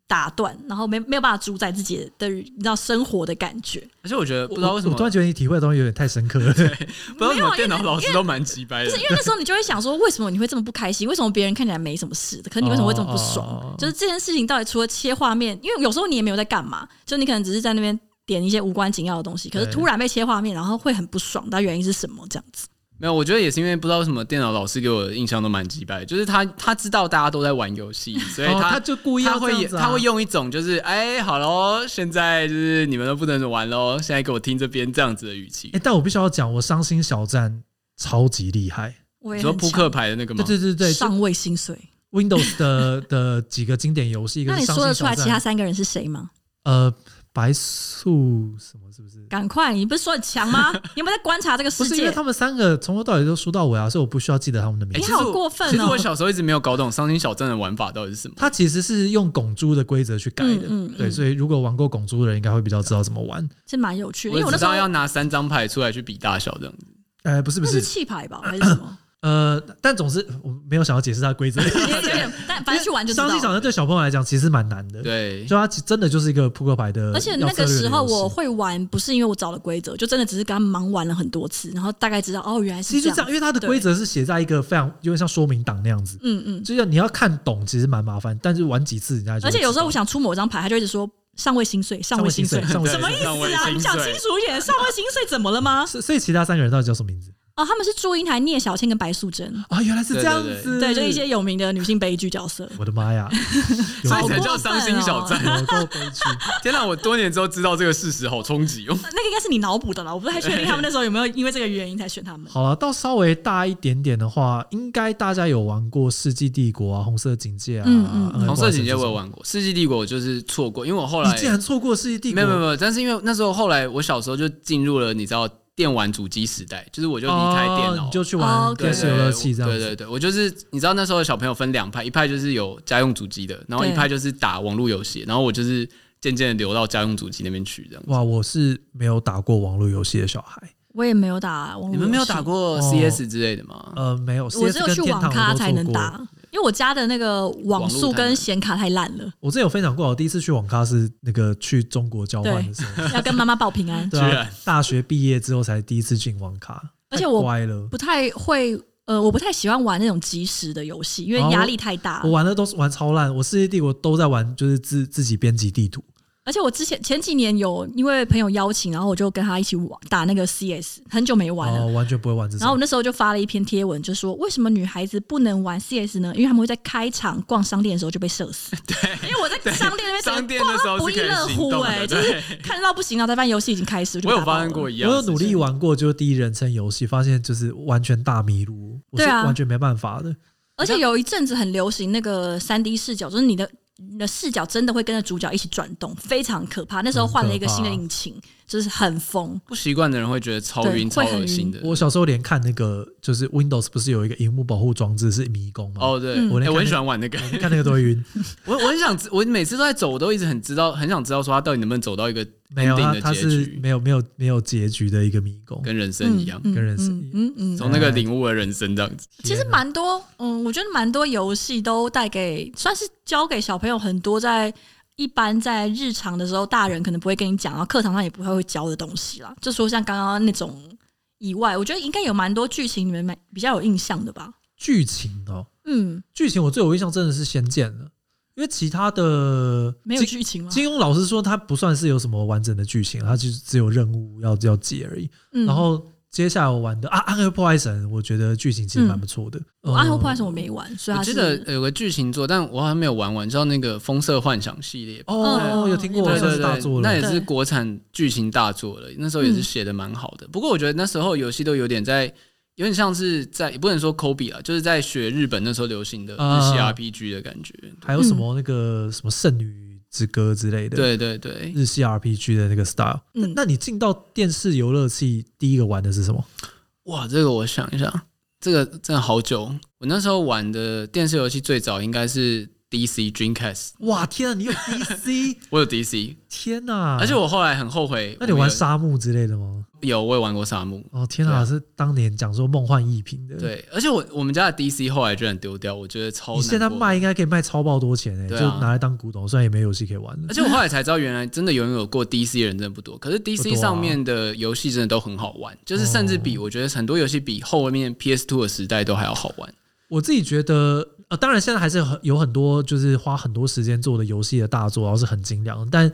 S2: 打断，然后没没有办法主宰自己的，你知道生活的感觉。
S3: 而且我觉得不知道为什
S1: 我
S3: 么，
S1: 突然
S3: 不
S1: 觉得你体会的东西有点太深刻了。
S3: 知道为什
S2: 没有因
S3: 么
S2: 为
S3: 电脑老师都蛮鸡掰的
S2: 不是。因为那时候你就会想说，为什么你会这么不开心？为什么别人看起来没什么事，可你为什么会这么不爽？
S1: 哦
S2: 就是这件事情到底除了切画面，因为有时候你也没有在干嘛，就你可能只是在那边点一些无关紧要的东西，可是
S1: 对
S2: 突然被切画面，然后会很不爽，那原因是什么？这样子，
S3: 没有，我觉得也是因为不知道为什么电脑老师给我的印象都蛮鸡掰的，就是他他知道大家都在玩游戏，所以
S1: 哦
S3: 他
S1: 他就故意
S3: 他
S1: 要这
S3: 会
S1: 样
S3: 也
S1: 子啊
S3: 他会用一种就是哎，好喽，现在就是你们都不能玩喽，现在给我听这边这样子的语气
S1: 哎、。但我必须要讲，我伤心小站超级厉害。
S2: 我
S3: 你
S2: 也
S3: 说
S2: 很
S3: 扑
S2: 强
S3: 克牌的那个吗
S1: 对？对对对就
S2: 上位心碎。
S1: ，Windows 的 *laughs* 的几个经典游戏，一个
S2: 那
S1: 是
S2: 你
S1: 伤
S2: 说得
S1: 心
S2: 出来
S1: 小
S2: 其他
S1: 站，
S2: 三个人是谁吗？
S1: 呃，白素什么是不是？
S2: 赶快，你不是说很
S1: *laughs*
S2: 强吗？你有没有在观察这个
S1: 不
S2: 世
S1: 是因为
S2: 界
S1: 他？们三个从头到尾都输到尾啊，所以我不需要记得他们的名
S2: 哎
S1: 字。
S2: 好过分哦
S3: 其实我小时候一直没有搞懂伤心小镇的玩法到底是什么。
S1: 它其实是用拱猪的规则去改的，
S2: 嗯嗯嗯
S1: 对，所以如果玩过拱猪的人，应该会比较知道怎么玩。
S2: 是蛮有趣的，因为
S3: 我
S2: 我
S3: 只
S2: 那
S3: 知
S2: 时候
S3: 道要拿三张牌出来去比大小这样子。
S1: 呃，不是不
S2: 那是
S1: 是， *laughs*
S2: 气牌吧，还是什么？
S1: 呃，但总之我没有想要解释它的规
S2: *laughs*
S1: 则。
S2: 有点有点，但反正去玩就知道
S1: 相
S2: 了。
S1: 机挑战对小朋友来讲其实蛮难的，，
S3: 对
S1: 就它其真的就是一个扑克牌的，
S2: 而且那个时候我。会玩，不是因为我找了规则，就真的只是跟他忙玩了很多次，然后大概知道哦，原来
S1: 其
S2: 是
S1: 实
S2: 这
S1: 就这样，因
S2: 样。
S1: 为它的
S2: 对
S1: 规则是写在一个非常有点像说明档那样子，
S2: 嗯嗯，
S1: 就像你要看懂，其实蛮麻烦，但是玩几次人家就
S2: 而且有时候我
S1: 想
S2: 想出某张牌，他就一直说上位心碎，上
S1: 上
S2: 位
S1: 位
S2: 心
S1: 心
S2: 碎
S1: 碎，，上位
S2: 什
S1: 心
S2: 么
S1: 碎。
S2: 意
S3: 上
S2: 思
S3: 位
S2: 啊？
S3: 心
S2: 你讲
S3: 碎
S2: 清楚一点，上位心碎怎么了吗？
S1: 所所以其他三个人到底叫什么名字
S2: 哦，他们是朱茵台、聂小倩跟白素贞，
S1: 啊？原来是这样
S3: 对对
S1: 子，
S2: 对，就一些有名的女性悲剧角色。
S1: 我的妈
S2: *laughs*
S1: 呀，有
S3: 所以
S1: 够
S3: 才
S2: 好
S3: 叫伤心小站。
S1: 有够悲剧。
S3: *laughs* 天哪、我多年之后知道这个事实，好冲击哦。
S2: 那个应该是你脑补的啦，我不太确定他们那时候有没有因为这个原因才选他们。
S1: 好了，到稍微大一点点的话，应该大家有玩过《世纪帝国》啊，《红色警戒》啊，
S2: 嗯嗯嗯
S1: 呃
S3: 红色警戒我
S1: 不
S3: 有。
S1: 好意思
S3: 玩过，《世纪帝国》我就是错过，因为我后
S1: 就是
S3: 来
S1: 你竟然错过《世纪帝
S3: 没
S1: 国
S3: 有没》？有没有，但是因为那时候后来我小时候就进入了你知道电玩主机时代，就是我就离开电
S1: 哦
S3: 脑，
S1: 你就去
S2: 哦
S1: 玩
S2: ，OK
S1: 电
S3: 对
S1: 视游乐器这样
S3: 对对
S1: 子。
S3: 对，我就是你知道那时候小朋友分两派，一派就是有家用主机的，然后一
S2: 对
S3: 派就是打网络游戏，然后我就是渐渐的流到家用主机那边去这样。
S1: 哇，我是没有打过网络游戏的小孩，
S2: 我也没有打网络，
S3: 你们没有打，过
S1: 哦
S3: CS 之类的吗？
S1: 呃，没有，
S2: 我只有
S1: CS 跟
S2: 去
S1: 天
S2: 网
S1: 堂
S2: 咖
S1: 我都
S2: 才能
S1: 做过。
S2: 打，因为我家的那个网速跟显卡太烂 *laughs* 了，
S1: 我之前有分享过，我第一次去网咖是那个去中国交换的时
S3: *laughs*
S1: 候，
S2: 要跟妈妈报平安，
S1: 对
S3: 居
S1: 啊
S3: 然，
S1: 大学毕业之后才第一次进网咖，
S2: 而且我
S1: 太乖了，
S2: 不太会，呃，我不太喜欢玩那种即时的游戏，因
S3: 哦
S2: 为压力太大
S1: 我。玩的都是玩超烂，我《世界帝国》都在玩，就是自自己编辑地图。
S2: 而且我之前前几年有因为朋友邀请，然后我就跟他一起玩打那个 CS，很久没玩了
S1: 哦，。完全不会玩这种。
S2: 然后我那时候就发了一篇贴文，就说为什么女孩子不能玩 CS 呢？因为她们会在开场逛商店的时候就被射
S3: *laughs*
S2: 死。对，因为我在商店那边
S3: 商店那时候
S2: 不
S3: 是
S2: 亦
S3: 可以
S2: 乐
S3: 行
S2: 乎
S3: 动
S2: 哎、
S3: 的，
S2: 就是
S3: 对，
S2: 看到不行了，再发现游戏已经开始，我就
S3: 我有
S2: 打爆
S3: 发生
S2: 了
S3: 过一样
S1: 我
S3: 的
S1: 有
S3: 事情，
S1: 努力玩过，就是第一人称游戏，发现就是完全大迷路，我是
S2: 对啊
S1: 完全没办法的。
S2: 而且有一阵子很流行那个三 D 视角，就是你的你的视角真的会跟着主角一起转动，非常可怕。那时候换了一个新的引擎，就是很疯。
S3: 不习惯的人会觉得超
S2: 对
S3: 晕、超
S2: 会很
S3: 恶心的。
S1: 我小时候连看那个就是 Windows 不是有一个荧幕保护装置是迷宫吗？，
S3: 哦，对，
S2: 嗯
S1: 我
S3: 哎
S1: 连看那
S3: 我很喜
S1: *laughs*
S3: 欢玩那个，
S1: 看那个都会
S3: *laughs*
S1: 晕。
S3: 我我很想知，我每次都在走，我都一直很知道，很想知道说他到底能不能走到一个
S1: 没有，它
S3: ending
S1: 它
S3: 的结
S1: 是
S3: 局，
S1: 没有没有没有结局的一个迷宫。
S3: 跟人生一样，
S2: 嗯
S1: 跟人生
S2: 嗯嗯嗯
S3: 从那个领悟了人生这样子。
S2: 其实
S1: 天哪
S2: 蛮多，嗯，我觉得蛮多游戏都带给，算是教给小朋友很多在一般在日常的时候，大人可能不会跟你讲，然后课堂上也不太会教的东西啦。就说像刚刚那种以外，我觉得应该有蛮多剧情你们蛮比较有印象的吧？
S1: 剧情哦，
S2: 嗯，
S1: 剧情我最有印象真的是《仙剑》了，因为其他的
S2: 没有
S1: 金
S2: 剧情吗？
S1: 金庸老师说他不算是有什么完整的剧情，他就只有任务要要解而已。
S2: 嗯，
S1: 然后接下来我玩的啊《暗黑破坏神》，我觉得剧情
S2: 嗯
S1: 其实蛮不错的。
S2: 我
S3: 哦
S1: 呃
S2: 暗黑破坏神我没玩，所以
S3: 我
S2: 它
S3: 记
S2: 啊是
S3: 得有个剧情做，但我好像没有玩完，你知道那个《风色幻想》系列。
S1: 哦，
S2: 嗯
S1: 有听过，
S3: 对
S1: 算
S3: 对
S1: 是大作
S3: 对，
S1: 了。
S3: 那也
S2: 对
S3: 是国产剧情大作了。那时候也是写的蛮好的，不过我觉得那时候游戏都有点在，有点像是在，也不能说 copy 啦，就是在学日本那时候流行的日系
S1: 啊
S3: RPG 的感觉。
S1: 还有什么那个什么《圣女之歌》之类的，，
S3: 对对对，
S1: 日系 RPG 的那个 style。那
S2: 嗯
S1: 那你进到电视游乐器，第一个玩的是什么？
S3: 哇，这个我想一下，这个真的好久。我那时候玩的电视游戏最早应该是 DC Dreamcast，
S1: 哇，天啊，你有 DC，
S3: 我有 DC，
S1: *laughs* 天哪！
S3: 而且我后来很后悔。
S1: 啊那你
S3: 我
S1: 玩
S3: 有
S1: 沙漠之类的吗？
S3: 有，我也玩过沙漠。
S1: 哦，天哪，
S3: 对啊
S1: 是当年讲说梦幻一品的。，
S3: 对，而且我我们家的 DC 后来居然丢掉，我觉得超
S1: 你
S3: 难。
S1: 现在卖，应该可以卖超爆多钱哎，就
S3: 对啊
S1: 拿来当古董，虽然也没游戏可以玩了
S3: 而。且我后来才知道，原来真的拥有过 DC 的人真的不多。可是
S1: 不
S3: DC
S1: 多啊
S3: 上面的游戏真的都很好玩，就是甚至比
S1: 哦
S3: 我觉得很多游戏比后面 PS2 的时代都还要好玩。
S1: 我自己觉得，呃，当然现在还是很有很多就是花很多时间做的游戏的大作，然后是很精良的，但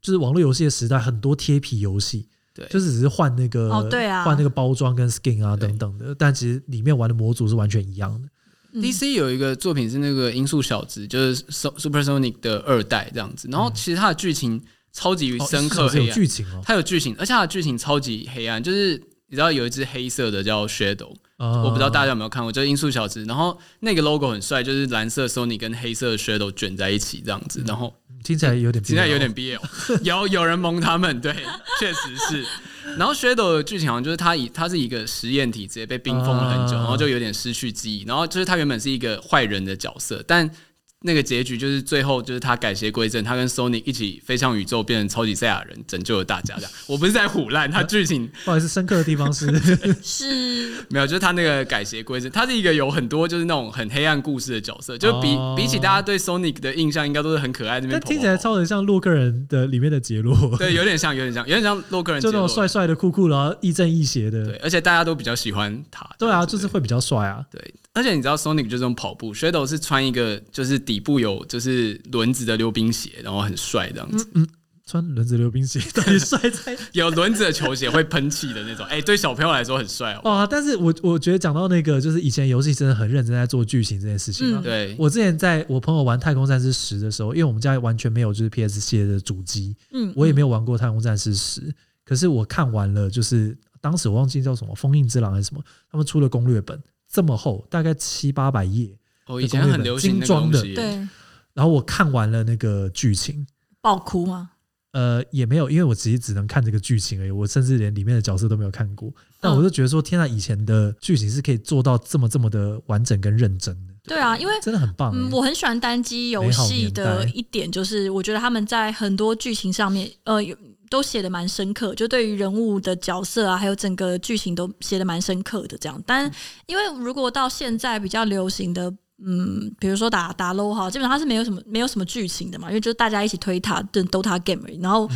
S1: 就是网络游戏的时代，很多贴皮游戏，
S3: 对
S1: 就是只是换那个
S2: 哦对啊
S1: 换那个包装跟 skin 啊
S3: 对
S1: 等等的，但其实里面玩的模组是完全一样的。
S2: 嗯
S3: DC 有一个作品是那个《音速小子》，就是 So- Super Sonic 的二代这样子。然后其实它的剧情超级
S1: 哦
S3: 深刻
S1: 是
S3: 黑
S1: 有
S3: 暗，
S1: 剧情哦。
S3: 它有剧情，而且它的剧情超级黑暗，就是。你知道有一只黑色的叫 Shadow，
S1: 呃
S3: 我不知道大家有没有看过，就是《音速小子》，然后那个 logo 很帅，就是蓝色 Sony 跟黑色的 Shadow 卷在一起这样
S1: 嗯
S3: 子，然后
S1: 听起来有
S3: *laughs*
S1: 点，
S3: 现在有点 BL，有 *laughs* 有人蒙他们，对， *laughs* 确实是。然后 Shadow 的剧情好像就是他以他是一个实验体，直接被冰封了很久，
S1: 啊
S3: 然后就有点失去记忆。然后就是他原本是一个坏人的角色，但那个结局就是最后就是他改邪归正，他跟 Sony 一起飞向宇宙，变成超级赛亚人，拯救了大家。这样，我不是在唬烂，他
S1: *laughs*
S3: 剧情
S1: 哦不好意思，深刻的地方是
S2: 是
S3: 没有，就是他那个改邪归正，他是一个有很多就是那种很黑暗故事的角色，就比、
S1: 哦
S3: 比起大家对 Sonic 的印象，应该都是很可爱那边
S1: 但
S3: 跑跑跑。
S1: 听起来超级像洛克人的里面的杰洛，
S3: 对，有点像，有点像，有点像洛克
S1: *laughs*
S3: 人
S1: 就那种
S3: 杰
S1: 帅
S3: 洛
S1: 帅的、酷酷，然后亦正亦邪
S3: 对，
S1: 的。
S3: 而且大家都比较喜欢他。
S1: 嗯对
S3: 这
S1: 啊，
S3: 样子
S1: 就是会比较帅啊。
S3: 对，而且你知道 Sonic 就是这种跑步，Shadow 是穿一个就是底部有就是轮子的溜冰鞋，然后很帅这样
S1: 嗯
S3: 子，
S1: 穿轮子溜冰鞋到
S3: *laughs*
S1: 底帅在
S3: 有轮子的球鞋会喷气的那种，哎、对小朋友来说很帅哦。
S1: 哇！但是我我觉得讲到那个，就是以前游戏真的很认真在做剧情这件事情啊。
S2: 嗯
S3: 对，
S1: 我之前在我朋友玩《太空战士十》的时候，因为我们家完全没有就是 PS 系列的主机，
S2: 嗯，
S1: 我也没
S2: 有
S1: 有玩过《太空战士十》，可是我看完了，就是当时我忘记叫什么《封印之狼》还是什么，他们出了攻略本，这么厚，大概七八百页，
S3: 哦，以前很流行那
S1: 精
S3: 个
S1: 装
S3: 东
S1: 的
S3: 西，，
S2: 对
S1: 然后我看完了那个剧情，
S2: 爆哭吗？
S1: 呃，也没有，因为我其实只能看这个剧情而已，我甚至连里面的角色都没有看过。但
S2: 嗯
S1: 我就觉得说，天啊，以前的剧情是可以做到这么这么的完整跟认真的，
S2: 对啊，因为
S1: 真的很棒、
S2: 嗯，
S1: 欸。
S2: 我很喜欢单机游
S1: 美好
S2: 戏
S1: 年
S2: 的
S1: 代
S2: 一点就是，我觉得他们在很多剧情上面，呃，有都写的蛮深刻，就对于人物的角色啊，还有整个剧情都写的蛮深刻的这样。但因为如果到现在比较流行的。嗯，比如说打打 low 哈，基本上它是没有什么没有什么剧情的嘛，因为就是大家一起推塔的 Dota game 而已。然后，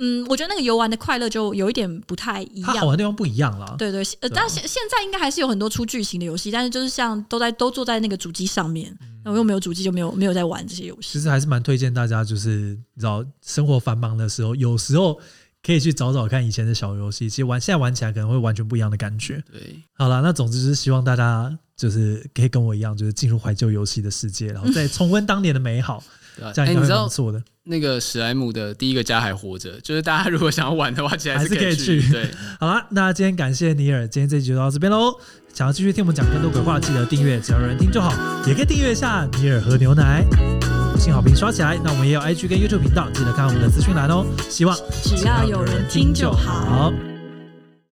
S2: 嗯我觉得那个游玩的快乐就有一点不太一
S1: 它
S2: 样
S1: 好。玩的地方不一样啦。
S2: 对对，
S1: 对
S2: 呃，
S1: 啊
S2: 但现现在应该还是有很多出剧情的游戏，但是就是像都在都坐在那个主机上面，那我又没有主机，就没有没有在玩这些游
S1: 其
S2: 戏。
S1: 实还是蛮推荐大家，就是你知道生活繁忙的时候，有时候可以去找找看以前的小游戏，其实玩现在玩起来可能会完全不一样的感觉。
S3: 对，
S1: 好啦，那总之就是希望大家就是可以跟我一样，就是进入怀旧游戏的世界，然后再重温当年的美
S2: *laughs*
S1: 好，
S3: 对啊。
S1: 这
S3: 哎、
S1: 样应
S3: 你
S1: 该
S3: 知
S1: 会蛮
S3: 道
S1: 不错的。
S3: 那个史莱姆的第一个家还活着，就是大家如果想要玩的话，其实
S1: 还是可以
S3: 以
S1: 去
S3: 对，
S1: 好啦，那今天感谢尼尔，今天这集就到这边喽。想要继续听我们讲更多鬼话，记得订阅，只要有人听就好，也可以订阅一下尼尔喝牛奶，五星好评刷起来。那我们也有 IG 跟 YouTube 频道，记得看我们的资讯栏哦。希望
S2: 只要有人听就好。
S1: 好，